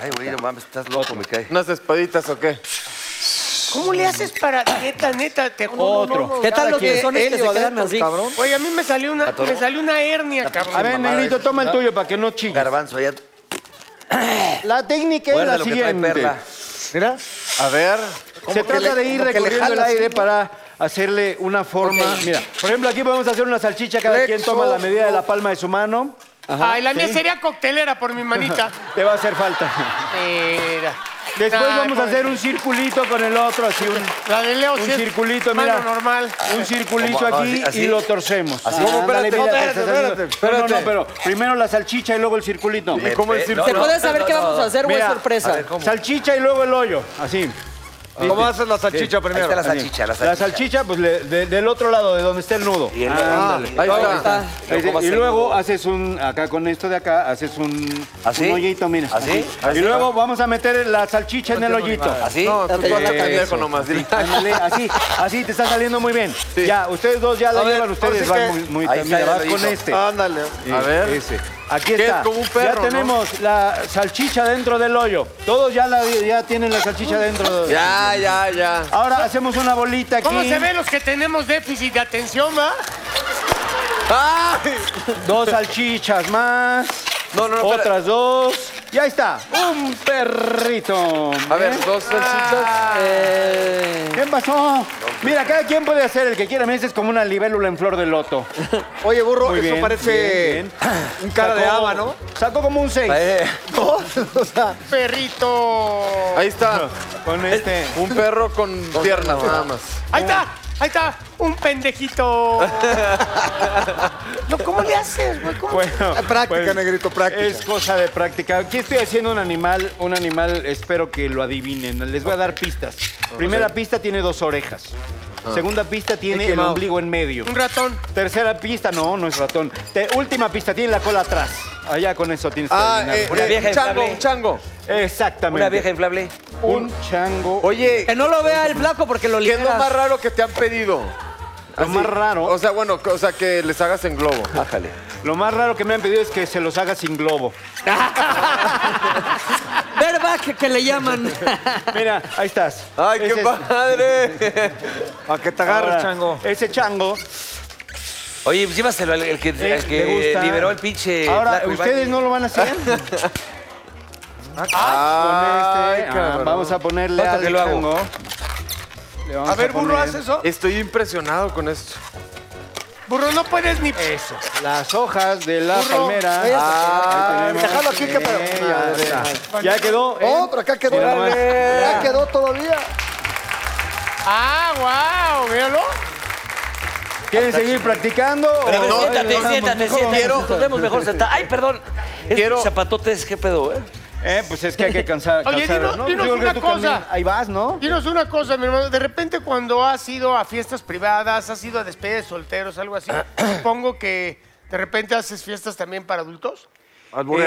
Speaker 4: Ay, güey, no mames, estás loco, me cae.
Speaker 3: ¿Unas espaditas o qué?
Speaker 2: ¿Cómo le haces para neta, neta? Te juro, no,
Speaker 5: Otro.
Speaker 2: no, no.
Speaker 6: ¿Qué tal los pezones que se quedan así?
Speaker 7: cabrón.
Speaker 2: Oye, a mí me salió una, me salió una hernia, cabrón.
Speaker 5: A ver, negrito, toma el tuyo para que no chilles.
Speaker 4: Garbanzo, allá.
Speaker 5: La técnica es
Speaker 4: Guarda
Speaker 5: la
Speaker 4: lo que trae
Speaker 5: siguiente.
Speaker 4: perla.
Speaker 7: Mira.
Speaker 3: A ver.
Speaker 5: Se trata de ir
Speaker 7: como que le
Speaker 5: recorriendo el
Speaker 7: jalas,
Speaker 5: aire
Speaker 7: ¿no?
Speaker 5: para hacerle una forma. Mira, por ejemplo, aquí podemos hacer una salchicha. Cada quien toma la medida de la palma de su mano.
Speaker 2: Ay, la mía sería coctelera por mi manita.
Speaker 5: Te va a hacer falta.
Speaker 2: Mira. Ay,
Speaker 5: Después
Speaker 2: pues.
Speaker 5: vamos a
Speaker 2: pobre.
Speaker 5: hacer un circulito con el otro, así un,
Speaker 2: La de Leo
Speaker 5: un
Speaker 2: sí es
Speaker 5: circulito,
Speaker 2: mano
Speaker 5: mira.
Speaker 2: normal.
Speaker 5: Un circulito
Speaker 4: ¿Cómo?
Speaker 5: aquí
Speaker 4: ¿Así? ¿Así?
Speaker 5: y lo torcemos.
Speaker 4: ¿Así?
Speaker 5: Ah,
Speaker 4: ¿Cómo?
Speaker 5: ándale,
Speaker 4: Espérate,
Speaker 5: mira,
Speaker 4: espérate,
Speaker 5: te estás
Speaker 4: espérate,
Speaker 5: haciendo- No, no,
Speaker 3: espérate.
Speaker 5: pero primero la salchicha y luego el circulito.
Speaker 3: ¿Y cómo el
Speaker 4: Eh,
Speaker 3: circo?
Speaker 6: ¿Se puede saber
Speaker 4: no,
Speaker 6: qué
Speaker 4: no,
Speaker 6: vamos
Speaker 4: no.
Speaker 6: a hacer o es
Speaker 5: Mira,
Speaker 6: sorpresa?
Speaker 4: a ver, ¿cómo?
Speaker 5: Salchicha y luego el hoyo, así.
Speaker 7: ¿Cómo haces la salchicha
Speaker 4: Ahí
Speaker 7: primero?
Speaker 4: está la salchicha, la
Speaker 5: La
Speaker 4: salchicha.
Speaker 5: salchicha, pues le- de- del otro lado, de donde está el nudo.
Speaker 4: Y el-
Speaker 7: Ah,
Speaker 5: Ándale.
Speaker 3: Ahí está.
Speaker 6: Ah,
Speaker 5: Ahí
Speaker 4: ¿cómo hace
Speaker 5: sí, Y
Speaker 4: el
Speaker 5: luego
Speaker 4: nudo?
Speaker 5: haces un, acá con esto de acá, haces un,
Speaker 4: ¿Así?
Speaker 5: un hoyito, mira.
Speaker 4: ¿Así?
Speaker 5: Y luego vamos a meter la salchicha en el hoyito.
Speaker 4: ¿Así?
Speaker 3: No, tú vas a
Speaker 5: Eso.
Speaker 3: pendejo nomás. dile.
Speaker 5: Ándale, así, así te está saliendo muy bien. Ya, ustedes dos ya la
Speaker 7: A ver,
Speaker 5: llevan, ustedes van
Speaker 7: ahora sí que-
Speaker 5: muy, muy
Speaker 4: Ahí
Speaker 5: también,
Speaker 4: está, ya
Speaker 5: vas
Speaker 4: lo
Speaker 5: con
Speaker 4: hizo.
Speaker 5: este.
Speaker 7: Ándale.
Speaker 5: Sí,
Speaker 3: A ver.
Speaker 5: ese. Aquí
Speaker 3: ¿Qué es?
Speaker 5: está.
Speaker 3: Como un perro,
Speaker 5: ya
Speaker 3: ¿no?
Speaker 5: tenemos la salchicha dentro del hoyo. Todos ya, la, ya tienen la salchicha dentro.
Speaker 3: Ya, ya, ya.
Speaker 5: Ahora hacemos una bolita aquí.
Speaker 2: ¿Cómo se ven los que tenemos déficit de atención, va?
Speaker 3: ¡Ay!
Speaker 7: Ah.
Speaker 5: Dos salchichas más.
Speaker 4: No, no, no. espera.
Speaker 7: Otras dos. Y ahí está. Un perrito. ¿Eh? Ah.
Speaker 3: A ver, dos salsichas.
Speaker 7: ¿Qué pasó? Mira, cada quien puede hacer el que quiera. Mira, este es como una libélula en flor de loto.
Speaker 5: Oye, burro,
Speaker 7: Muy
Speaker 5: eso
Speaker 7: bien,
Speaker 5: parece
Speaker 7: bien, bien.
Speaker 5: un cara de
Speaker 7: Sacó-
Speaker 5: haba, ¿no?
Speaker 7: Sacó como un 6.
Speaker 4: Eh,
Speaker 5: No, o sea, <laughs>
Speaker 2: Perrito.
Speaker 3: Ahí está.
Speaker 7: Con este.
Speaker 3: Un perro con piernas, nada más.
Speaker 2: Ahí está, ahí está, un pendejito. No, ¿Cómo le haces, güey? ¿Cómo?
Speaker 5: <laughs>
Speaker 7: Bueno,
Speaker 5: Práctica, negrito, práctica.
Speaker 7: Es cosa de práctica. Aquí estoy haciendo un animal, un animal, espero que lo adivinen. Les voy a dar pistas. Primera pista tiene dos orejas. Segunda pista tiene
Speaker 5: Mickey
Speaker 7: el
Speaker 5: Mouse.
Speaker 7: ombligo en medio.
Speaker 2: Un ratón.
Speaker 7: Tercera pista, no, no es ratón. Te- última pista, tiene la cola atrás. Allá con eso tienes que
Speaker 5: ah,
Speaker 7: adivinar.
Speaker 5: eh,
Speaker 4: Una
Speaker 5: eh,
Speaker 4: vieja
Speaker 5: un chango,
Speaker 4: inflable.
Speaker 5: un chango.
Speaker 7: Exactamente.
Speaker 4: una vieja inflable.
Speaker 7: Un chango.
Speaker 3: Oye,
Speaker 6: Que no lo vea el flaco porque lo
Speaker 3: ¿qué es lo
Speaker 6: liberas.
Speaker 3: más raro que te han pedido?
Speaker 7: Lo más raro.
Speaker 3: O sea, bueno, o sea, que les hagas en globo.
Speaker 4: Bájale.
Speaker 7: Lo más raro que me han pedido es que se los haga sin globo.
Speaker 6: Verback, que le <laughs> llaman.
Speaker 7: Mira, ahí estás.
Speaker 3: ¡Ay, qué
Speaker 7: Ese es- este?
Speaker 3: padre!
Speaker 5: Para que te
Speaker 7: Ahora,
Speaker 5: agarres, chango.
Speaker 7: Ese chango
Speaker 4: Oye, pues llévaselo al, al que,
Speaker 7: Eh,
Speaker 4: al que
Speaker 7: me gusta.
Speaker 4: liberó el pinche.
Speaker 7: Ahora,
Speaker 4: Flaco
Speaker 7: ustedes
Speaker 4: Ibáñez.
Speaker 7: no lo van a hacer. Ah, con este. Ah, vamos a ponerle
Speaker 4: Falta
Speaker 7: al
Speaker 4: que lo hago.
Speaker 7: chango. Le vamos
Speaker 2: A ver, burro,
Speaker 7: poner
Speaker 2: haz eso.
Speaker 3: Estoy impresionado con esto.
Speaker 2: Burro, no puedes ni.
Speaker 7: Las hojas de la
Speaker 2: Burro,
Speaker 7: palmera.
Speaker 5: eso.
Speaker 7: Ahí tenemos.
Speaker 5: Déjalo aquí, Ah, que- pero-
Speaker 7: Eh,
Speaker 3: Ah,
Speaker 7: ya está. Ya quedó. ¿eh?
Speaker 5: Oh, pero acá quedó.
Speaker 7: Mira nomás.
Speaker 5: Acá quedó todavía.
Speaker 2: Ah, guau, véalo.
Speaker 7: ¿Quieren seguir practicando?
Speaker 4: Pero a ver,
Speaker 7: o-
Speaker 4: siéntate,
Speaker 7: vamos,
Speaker 4: siéntate,
Speaker 7: mejor?
Speaker 4: siéntate. Nos vemos mejor sentados. Ay, perdón.
Speaker 3: Quiero-
Speaker 4: Esos zapatotes, qué pedo, ¿eh?
Speaker 7: Eh, pues es que hay que cansar.
Speaker 2: Oye,
Speaker 7: cansar,
Speaker 2: dinos-
Speaker 7: ¿no?
Speaker 2: dinos
Speaker 7: Digo, que
Speaker 2: una
Speaker 7: tú
Speaker 2: cosa.
Speaker 7: también. Ahí vas, ¿no?
Speaker 2: Dinos una cosa, mi hermano. De repente, cuando has ido a fiestas privadas, has ido a despedidas de solteros, algo así, supongo que de repente haces fiestas también para adultos.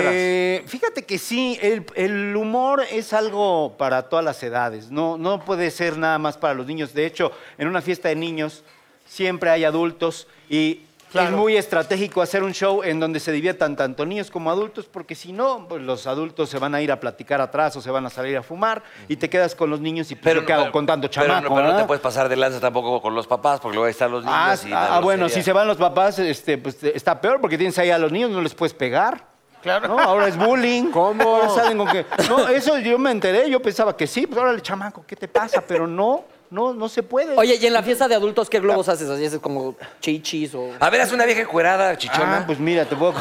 Speaker 7: Eh, fíjate que sí, el, el humor es algo para todas las edades. No, no puede ser nada más para los niños. De hecho, en una fiesta de niños siempre hay adultos y
Speaker 2: Claro.
Speaker 7: es muy estratégico hacer un show en donde se diviertan tanto niños como adultos, porque si no, pues, los adultos se van a ir a platicar atrás o se van a salir a fumar y te quedas con los niños y pues, ¿yo ¿qué hago con tanto
Speaker 4: pero no-
Speaker 7: chamaco?
Speaker 4: Pero, no
Speaker 7: verdad?
Speaker 4: te puedes pasar de lanza tampoco con los papás, porque luego ahí están los niños.
Speaker 7: Ah,
Speaker 4: y
Speaker 7: ah,
Speaker 4: la
Speaker 7: bueno,
Speaker 4: grosería.
Speaker 7: si se van los papás, este, pues te- está peor porque tienes ahí a los niños, no les puedes pegar.
Speaker 2: Claro.
Speaker 7: No, ahora es bullying.
Speaker 3: ¿Cómo?
Speaker 7: Ahora salen con que. No, eso yo me enteré, yo pensaba que sí, pues ahora el chamaco, ¿qué te pasa? Pero no, no, no se puede.
Speaker 6: Oye, y en la fiesta de adultos, ¿qué globos haces? Así es como chichis o.
Speaker 4: A ver, haz una vieja encuerada,
Speaker 7: Ah,
Speaker 4: chichona.
Speaker 7: pues mira, te
Speaker 2: <laughs>
Speaker 7: puedo.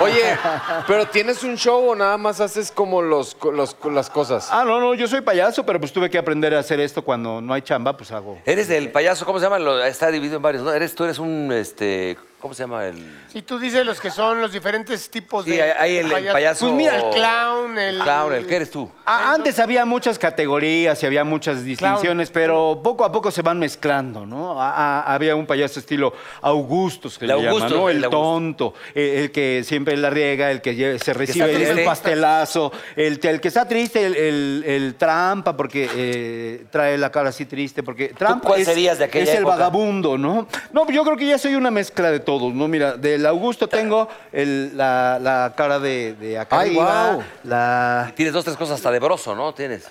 Speaker 3: Oye, ¿pero tienes un show o nada más haces como los, co- los- co- las cosas?
Speaker 7: Ah, no, no, yo soy payaso, pero pues tuve que aprender a hacer esto cuando no hay chamba, pues hago.
Speaker 4: Eres el payaso, ¿cómo se llama? Lo- Está dividido en varios, ¿no? Eres, tú eres un, este, ¿cómo se llama? El...
Speaker 2: Y tú dices los que son los diferentes tipos
Speaker 4: Sí,
Speaker 2: de.
Speaker 4: hay, hay el, el payaso.
Speaker 2: Pues mira, el clown, el.
Speaker 4: Clown, el, ¿qué eres tú?
Speaker 7: A- ah, antes había muchas categorías y había muchas distinciones, pero poco a poco se van mezclando, ¿no? A- a- había un payaso estilo Augustus, que
Speaker 4: El
Speaker 7: le
Speaker 4: Augusto,
Speaker 7: llama, ¿no?
Speaker 4: el
Speaker 7: El,
Speaker 4: Augusto.
Speaker 7: tonto, eh, el, que siempre la riega, el que lle- se recibe el,
Speaker 4: triste.
Speaker 7: pastelazo, el, el que está triste, el, el- el trampa, porque eh, trae la cara así triste, porque trampa
Speaker 4: cuál
Speaker 7: es,
Speaker 4: serías de aquella
Speaker 7: es el
Speaker 4: época?
Speaker 7: vagabundo, ¿no? No, yo creo que ya soy una mezcla de todos, ¿no? Mira, del Augusto tengo el- la, la cara de, de acá
Speaker 3: Ay,
Speaker 7: arriba,
Speaker 3: guau.
Speaker 7: la...
Speaker 4: Ah, Tienes dos, tres cosas hasta de broso, ¿no? Tienes.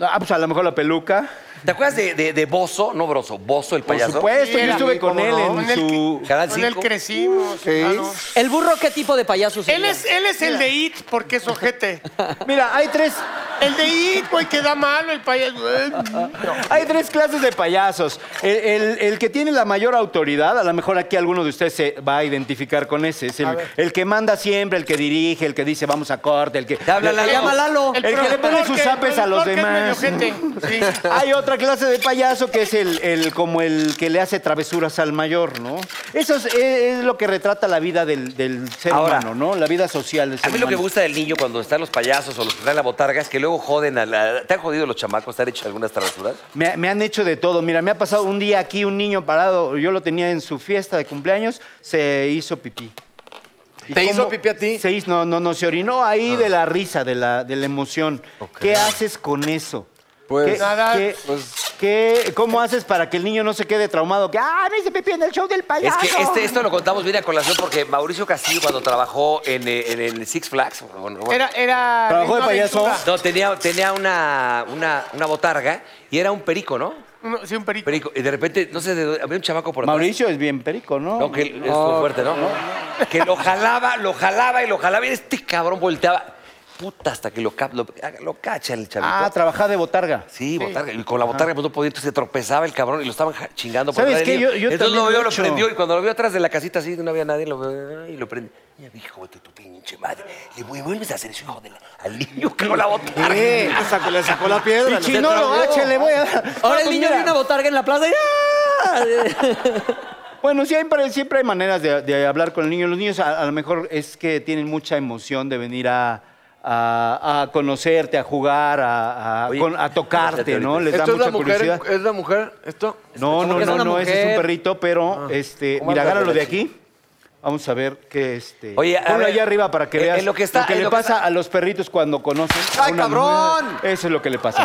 Speaker 7: Ah, pues a lo mejor la peluca.
Speaker 4: ¿Te acuerdas de, de, de Bozo? No Broso, Bozo, el
Speaker 7: Por
Speaker 4: payaso.
Speaker 7: supuesto, yo
Speaker 2: Mira,
Speaker 7: estuve con
Speaker 2: ¿cómo
Speaker 7: él
Speaker 2: no?
Speaker 7: en
Speaker 2: En el
Speaker 7: su...
Speaker 4: Canal
Speaker 2: Con él
Speaker 4: 5.
Speaker 2: crecimos. claro.
Speaker 6: ¿El burro qué tipo de payaso sería?
Speaker 2: Él es, él es el de IT porque es ojete.
Speaker 7: Mira, hay tres,
Speaker 2: El de IT, güey, que da malo el payaso.
Speaker 7: hay tres clases de payasos. El, el- el que tiene la mayor autoridad, a lo mejor aquí alguno de ustedes se va a identificar con ese. Es el, el que manda siempre, el que dirige, el que dice vamos a corte, el que...
Speaker 4: habla la-
Speaker 6: llama Lalo.
Speaker 7: El que le pone sus
Speaker 2: apes
Speaker 7: zapes a los demás.
Speaker 2: Sí.
Speaker 7: Hay otra clase de payaso que es el, el- como el que le hace travesuras al mayor, ¿no? Eso es, es- es lo que retrata la vida del, del ser
Speaker 4: Ahora,
Speaker 7: humano, ¿no? La vida social del
Speaker 4: A
Speaker 7: ser
Speaker 4: mí lo que me
Speaker 7: humano.
Speaker 4: gusta del niño cuando están los payasos o los que dan la botarga es que luego joden a la... ¿Te han jodido los chamacos? ¿Te han hecho algunas travesuras?
Speaker 7: Me, me han hecho de todo. Mira, me ha pasado un día aquí un niño parado, yo lo tenía en su fiesta de cumpleaños, se hizo pipí. ¿Y
Speaker 3: ¿Te
Speaker 7: cómo?
Speaker 3: hizo pipí a ti?
Speaker 7: Se hizo, no, no, no, se orinó ahí de la risa, de la, de la emoción. ¿Qué haces con eso?
Speaker 3: Pues,
Speaker 7: ¿Qué-
Speaker 2: nada,
Speaker 7: qué- qué- ¿Cómo haces para que el niño no se quede traumado? Que, ah, me hice pipí en el show del
Speaker 4: Es
Speaker 7: payaso.
Speaker 4: que este, esto lo contamos bien a colación porque Mauricio Castillo cuando trabajó en, eh, en el Six Flags... bueno, bueno,
Speaker 2: Era, era.
Speaker 7: Trabajó de
Speaker 2: Ritmo
Speaker 7: payaso.
Speaker 2: Aventura.
Speaker 4: No, tenía, tenía una, una, una botarga y era un perico, ¿no?
Speaker 2: uno- sí, un perico.
Speaker 4: Perico, y de repente, no sé, de dónde- había un chamaco por atrás.
Speaker 7: Mauricio es bien perico, ¿no?
Speaker 4: No, que es muy fuerte, ¿no? Que lo jalaba, lo jalaba y lo jalaba y este cabrón volteaba. Puta, hasta que lo, cap- lo, lo cacha el chavito.
Speaker 7: Ah, trabajaba de botarga.
Speaker 4: Sí, botarga. Y con la botarga pues, no podía, entonces se tropezaba el cabrón y lo estaban ja- chingando por
Speaker 7: ¿Sabes
Speaker 4: atrás del
Speaker 7: qué?
Speaker 4: niño.
Speaker 7: Yo- yo
Speaker 4: Entonces lo
Speaker 7: también
Speaker 4: vio,
Speaker 7: lo
Speaker 4: lo
Speaker 7: he hecho.
Speaker 4: prendió y cuando lo vio atrás de la casita así, no había nadie, lo vio y lo prendió. Y me dijo, hijo de tu pinche madre. Le voy, vuelves a hacer eso, hijo de la- al niño que no la botarga.
Speaker 5: ¿Qué?
Speaker 4: <laughs>
Speaker 5: Le sacó, le sacó la piedra.
Speaker 7: Si no lo gacha, le voy a dar. pues
Speaker 6: Ahora el niño viene a botarga en la plaza y ¡ah!
Speaker 7: Bueno, siempre, siempre hay maneras de, de hablar con el niño. Los niños a, a lo mejor es que tienen mucha emoción de venir a, a- a conocerte, a jugar, a, a-
Speaker 4: Oye,
Speaker 7: con- a tocarte,
Speaker 4: espérate
Speaker 7: ¿no?
Speaker 4: ahorita.
Speaker 7: Les da
Speaker 3: ¿Esto es
Speaker 7: mucha
Speaker 3: la mujer?
Speaker 7: curiosidad.
Speaker 3: ¿Es la mujer? ¿Esto?
Speaker 7: No,
Speaker 4: ¿Cómo
Speaker 7: no,
Speaker 4: que es
Speaker 7: no,
Speaker 4: una
Speaker 7: no, ese es un
Speaker 4: mujer?
Speaker 7: perrito, pero este,
Speaker 4: ¿Cómo
Speaker 7: mira,
Speaker 4: andas de
Speaker 7: agárralo de
Speaker 4: la
Speaker 7: aquí. Vamos a ver qué este.
Speaker 4: Oye, a
Speaker 7: ponlo
Speaker 4: ver,
Speaker 7: allá arriba para que
Speaker 4: en-
Speaker 7: veas
Speaker 4: en lo que está- en
Speaker 7: le
Speaker 4: lo que
Speaker 7: pasa
Speaker 4: está-
Speaker 7: a los perritos cuando conocen. a
Speaker 5: ¡Ay,
Speaker 7: una
Speaker 5: cabrón!
Speaker 7: mujer. Eso es lo que le pasa.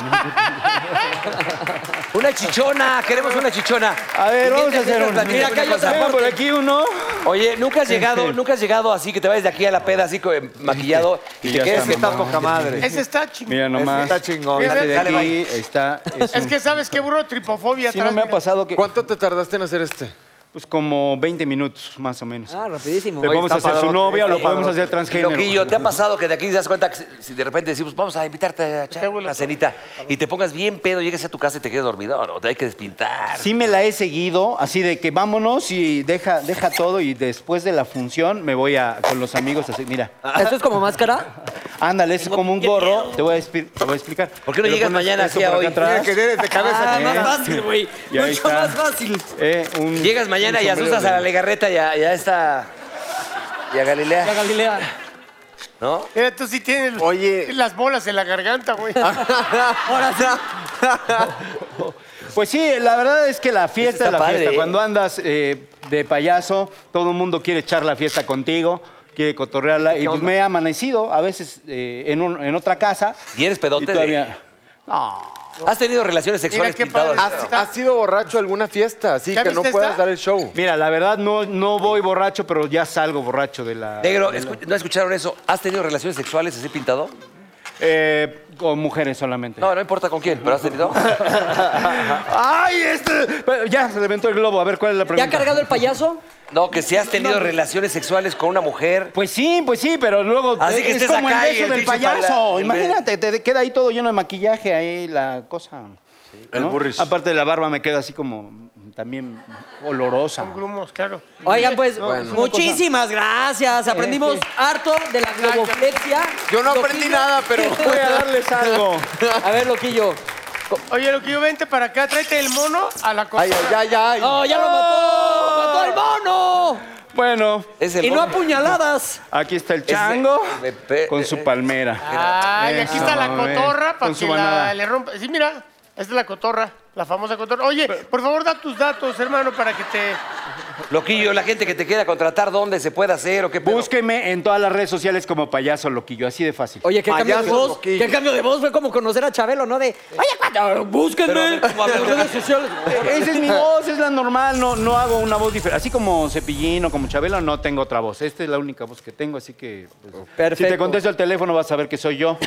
Speaker 4: Una chichona, queremos una chichona.
Speaker 7: A ver, vamos a hacer una.
Speaker 4: una. Mira, acá hay otra
Speaker 7: Venga, por
Speaker 4: parte.
Speaker 7: aquí uno. Este.
Speaker 4: Oye, nunca has llegado, nunca has llegado así que te vayas de aquí a la peda así co- eh, maquillado y,
Speaker 7: Y
Speaker 4: te
Speaker 7: ya
Speaker 4: quedes
Speaker 7: está,
Speaker 4: que
Speaker 5: Está poca madre.
Speaker 2: Ese está chingón.
Speaker 7: Mira nomás.
Speaker 5: Está chingón.
Speaker 7: Este de
Speaker 4: Dale,
Speaker 7: aquí está. Es,
Speaker 2: Es
Speaker 7: un-
Speaker 2: que sabes qué burro tripofobia
Speaker 7: Sí, no
Speaker 2: atrás,
Speaker 7: me ha
Speaker 2: mira.
Speaker 7: pasado que.
Speaker 3: ¿Cuánto te tardaste en hacer este?
Speaker 7: Pues como 20 minutos, más o menos.
Speaker 6: Ah, rapidísimo.
Speaker 7: Le podemos
Speaker 5: está
Speaker 7: hacer su
Speaker 5: padrote,
Speaker 7: novia o
Speaker 5: está
Speaker 7: lo podemos
Speaker 5: padrote.
Speaker 7: hacer transgénero.
Speaker 4: Eh, Loquillo, ¿te ha pasado que de aquí te das cuenta que si- si de repente decimos, vamos a invitarte a echar una cenita y te pongas bien pedo, llegues a tu casa y te quedes dormido? No, te hay que despintar.
Speaker 7: Sí me la he seguido, así de que vámonos y deja, deja todo y después de la función me voy a, con los amigos así, mira.
Speaker 6: ¿Esto es como máscara?
Speaker 7: Ándale, es como un gorro, te voy a, expli- te voy a explicar.
Speaker 4: ¿Por qué no
Speaker 7: Te lo
Speaker 4: llegas
Speaker 7: pones
Speaker 4: mañana
Speaker 7: esto
Speaker 4: aquí a
Speaker 7: por
Speaker 4: hoy?
Speaker 7: acá atrás,
Speaker 5: Que tienes de cabeza.
Speaker 6: Ah,
Speaker 7: ¿eh?
Speaker 6: más fácil, güey.
Speaker 7: Y ahí
Speaker 6: Mucho
Speaker 7: está.
Speaker 6: más fácil.
Speaker 7: eh, un-
Speaker 4: Llegas mañana
Speaker 7: un
Speaker 4: y
Speaker 7: sombrero
Speaker 4: asustas a la
Speaker 7: de-
Speaker 4: legarreta y a, y a esta. y a
Speaker 6: La
Speaker 4: Galilea,
Speaker 6: Galilea.
Speaker 4: ¿no?
Speaker 2: Mira, tú sí tienes
Speaker 3: Oye. Ah.
Speaker 2: las bolas en la garganta, güey.
Speaker 6: Ahora sí.
Speaker 7: Pues sí, la verdad es que la fiesta es
Speaker 4: Está
Speaker 7: la
Speaker 4: padre,
Speaker 7: fiesta.
Speaker 4: ¿eh?
Speaker 7: Cuando andas eh, de payaso, todo el mundo quiere echar la fiesta contigo, quiere cotorrearla. Y pues me he amanecido a veces eh, en, un- en otra casa.
Speaker 4: ¿Y eres pedote de-
Speaker 7: todavía-
Speaker 4: ¿Has tenido relaciones
Speaker 2: Mira
Speaker 4: sexuales
Speaker 2: qué padre.
Speaker 4: pintadas?
Speaker 2: está.
Speaker 3: ¿Has sido borracho a alguna fiesta? Así
Speaker 2: ¿Ya
Speaker 3: que no
Speaker 2: viste
Speaker 3: puedas
Speaker 2: esta?
Speaker 3: dar el show.
Speaker 7: Mira, la verdad no, no voy borracho, pero ya salgo borracho de la...
Speaker 4: Negro, escu- ¿no escucharon eso? ¿Has tenido relaciones sexuales así pintado?
Speaker 7: Eh, con mujeres solamente.
Speaker 4: No, no importa con quién, pero has tenido.
Speaker 7: <laughs> ¡Ay, este! Bueno, Ya se reventó el globo. A ver, ¿cuál es la
Speaker 6: ¿Ya
Speaker 7: pregunta?
Speaker 6: ha cargado el payaso?
Speaker 4: No, que si has tenido relaciones sexuales con una mujer.
Speaker 7: Pues sí, pues sí, pero luego
Speaker 4: Así que
Speaker 7: es
Speaker 4: estés
Speaker 7: como el
Speaker 4: acá y
Speaker 7: beso
Speaker 4: el
Speaker 7: del
Speaker 4: bicho
Speaker 7: payaso.
Speaker 4: para-
Speaker 7: Imagínate, te queda ahí todo lleno de maquillaje ahí la cosa.
Speaker 3: El burris.
Speaker 7: Aparte de la barba me queda así como también olorosa.
Speaker 2: Son grumos, claro.
Speaker 6: Oigan, pues,
Speaker 7: es una Eh,
Speaker 6: muchísimas gracias. Aprendimos harto de la globoflexia.
Speaker 3: Yo no aprendí
Speaker 6: Loquillo.
Speaker 3: nada, pero
Speaker 7: Voy a darles algo.
Speaker 6: A ver, Loquillo.
Speaker 2: Oye, lo que yo vente para acá, tráete el mono a la cosa.
Speaker 3: Ay, ay, ay, ay.
Speaker 6: ¡Oh, ya lo mató! ¡Mató al mono!
Speaker 7: Bueno,
Speaker 4: Es el
Speaker 6: Y no
Speaker 4: hombre.
Speaker 6: apuñaladas.
Speaker 7: aquí está el chango
Speaker 4: me pe-
Speaker 7: con su palmera.
Speaker 2: Ay, aquí está la
Speaker 7: Eso, eh,
Speaker 2: cotorra para
Speaker 7: con su
Speaker 2: que la,
Speaker 7: manada.
Speaker 2: le rompa. Sí, mira, esta es la cotorra, la famosa cotorra. Oye, por favor, da tus datos, hermano, para que te...
Speaker 4: Loquillo, la gente que te quiera contratar, ¿dónde se puede hacer o qué pedo?
Speaker 7: Búsqueme en todas las redes sociales como payaso loquillo, así de fácil.
Speaker 6: Oye, qué cambio de
Speaker 3: Payaso
Speaker 6: voz.
Speaker 3: Loquillo.
Speaker 6: Qué cambio de voz. Fue como conocer a Chabelo, ¿no? De, oye, cuando, búsquenme en las <laughs> redes sociales.
Speaker 4: <laughs>
Speaker 7: Esa es mi voz, es la normal, no, no hago una voz diferente. Así como Cepillín o como Chabelo, no tengo otra voz. Esta es la única voz que tengo, así que... pues, Si
Speaker 6: Perfecto.
Speaker 7: te contesto el teléfono vas a ver que soy yo.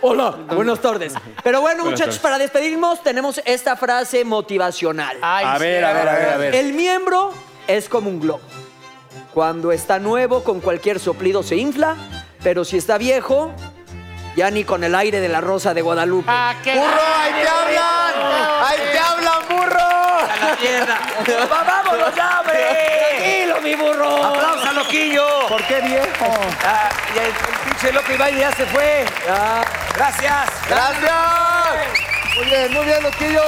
Speaker 6: Hola, buenas tardes. Pero bueno, muchachos, para despedirnos tenemos esta frase motivacional.
Speaker 2: Ay,
Speaker 7: A
Speaker 2: sí,
Speaker 7: ver, a ver, a ver, a ver.
Speaker 6: El miembro es como un globo. Cuando está nuevo, con cualquier soplido se infla, pero si está viejo, ya ni con el aire de la rosa de Guadalupe.
Speaker 2: Ah, qué-
Speaker 5: ¡Burro, ahí te hablan! ¡Ahí te hablan, burro!
Speaker 4: a la
Speaker 6: <laughs>
Speaker 4: mierda. ¡Vámonos ya, hombre!
Speaker 6: ¡Tranquilo, mi burro!
Speaker 4: ¡Aplausos a Loquillo!
Speaker 7: ¿Por qué viejo?
Speaker 4: Ah, y el, el pinche loco Ibai ya se fue.
Speaker 2: Ah,
Speaker 4: Gracias.
Speaker 5: ¡Gracias! Muy bien, muy bien, loquillo.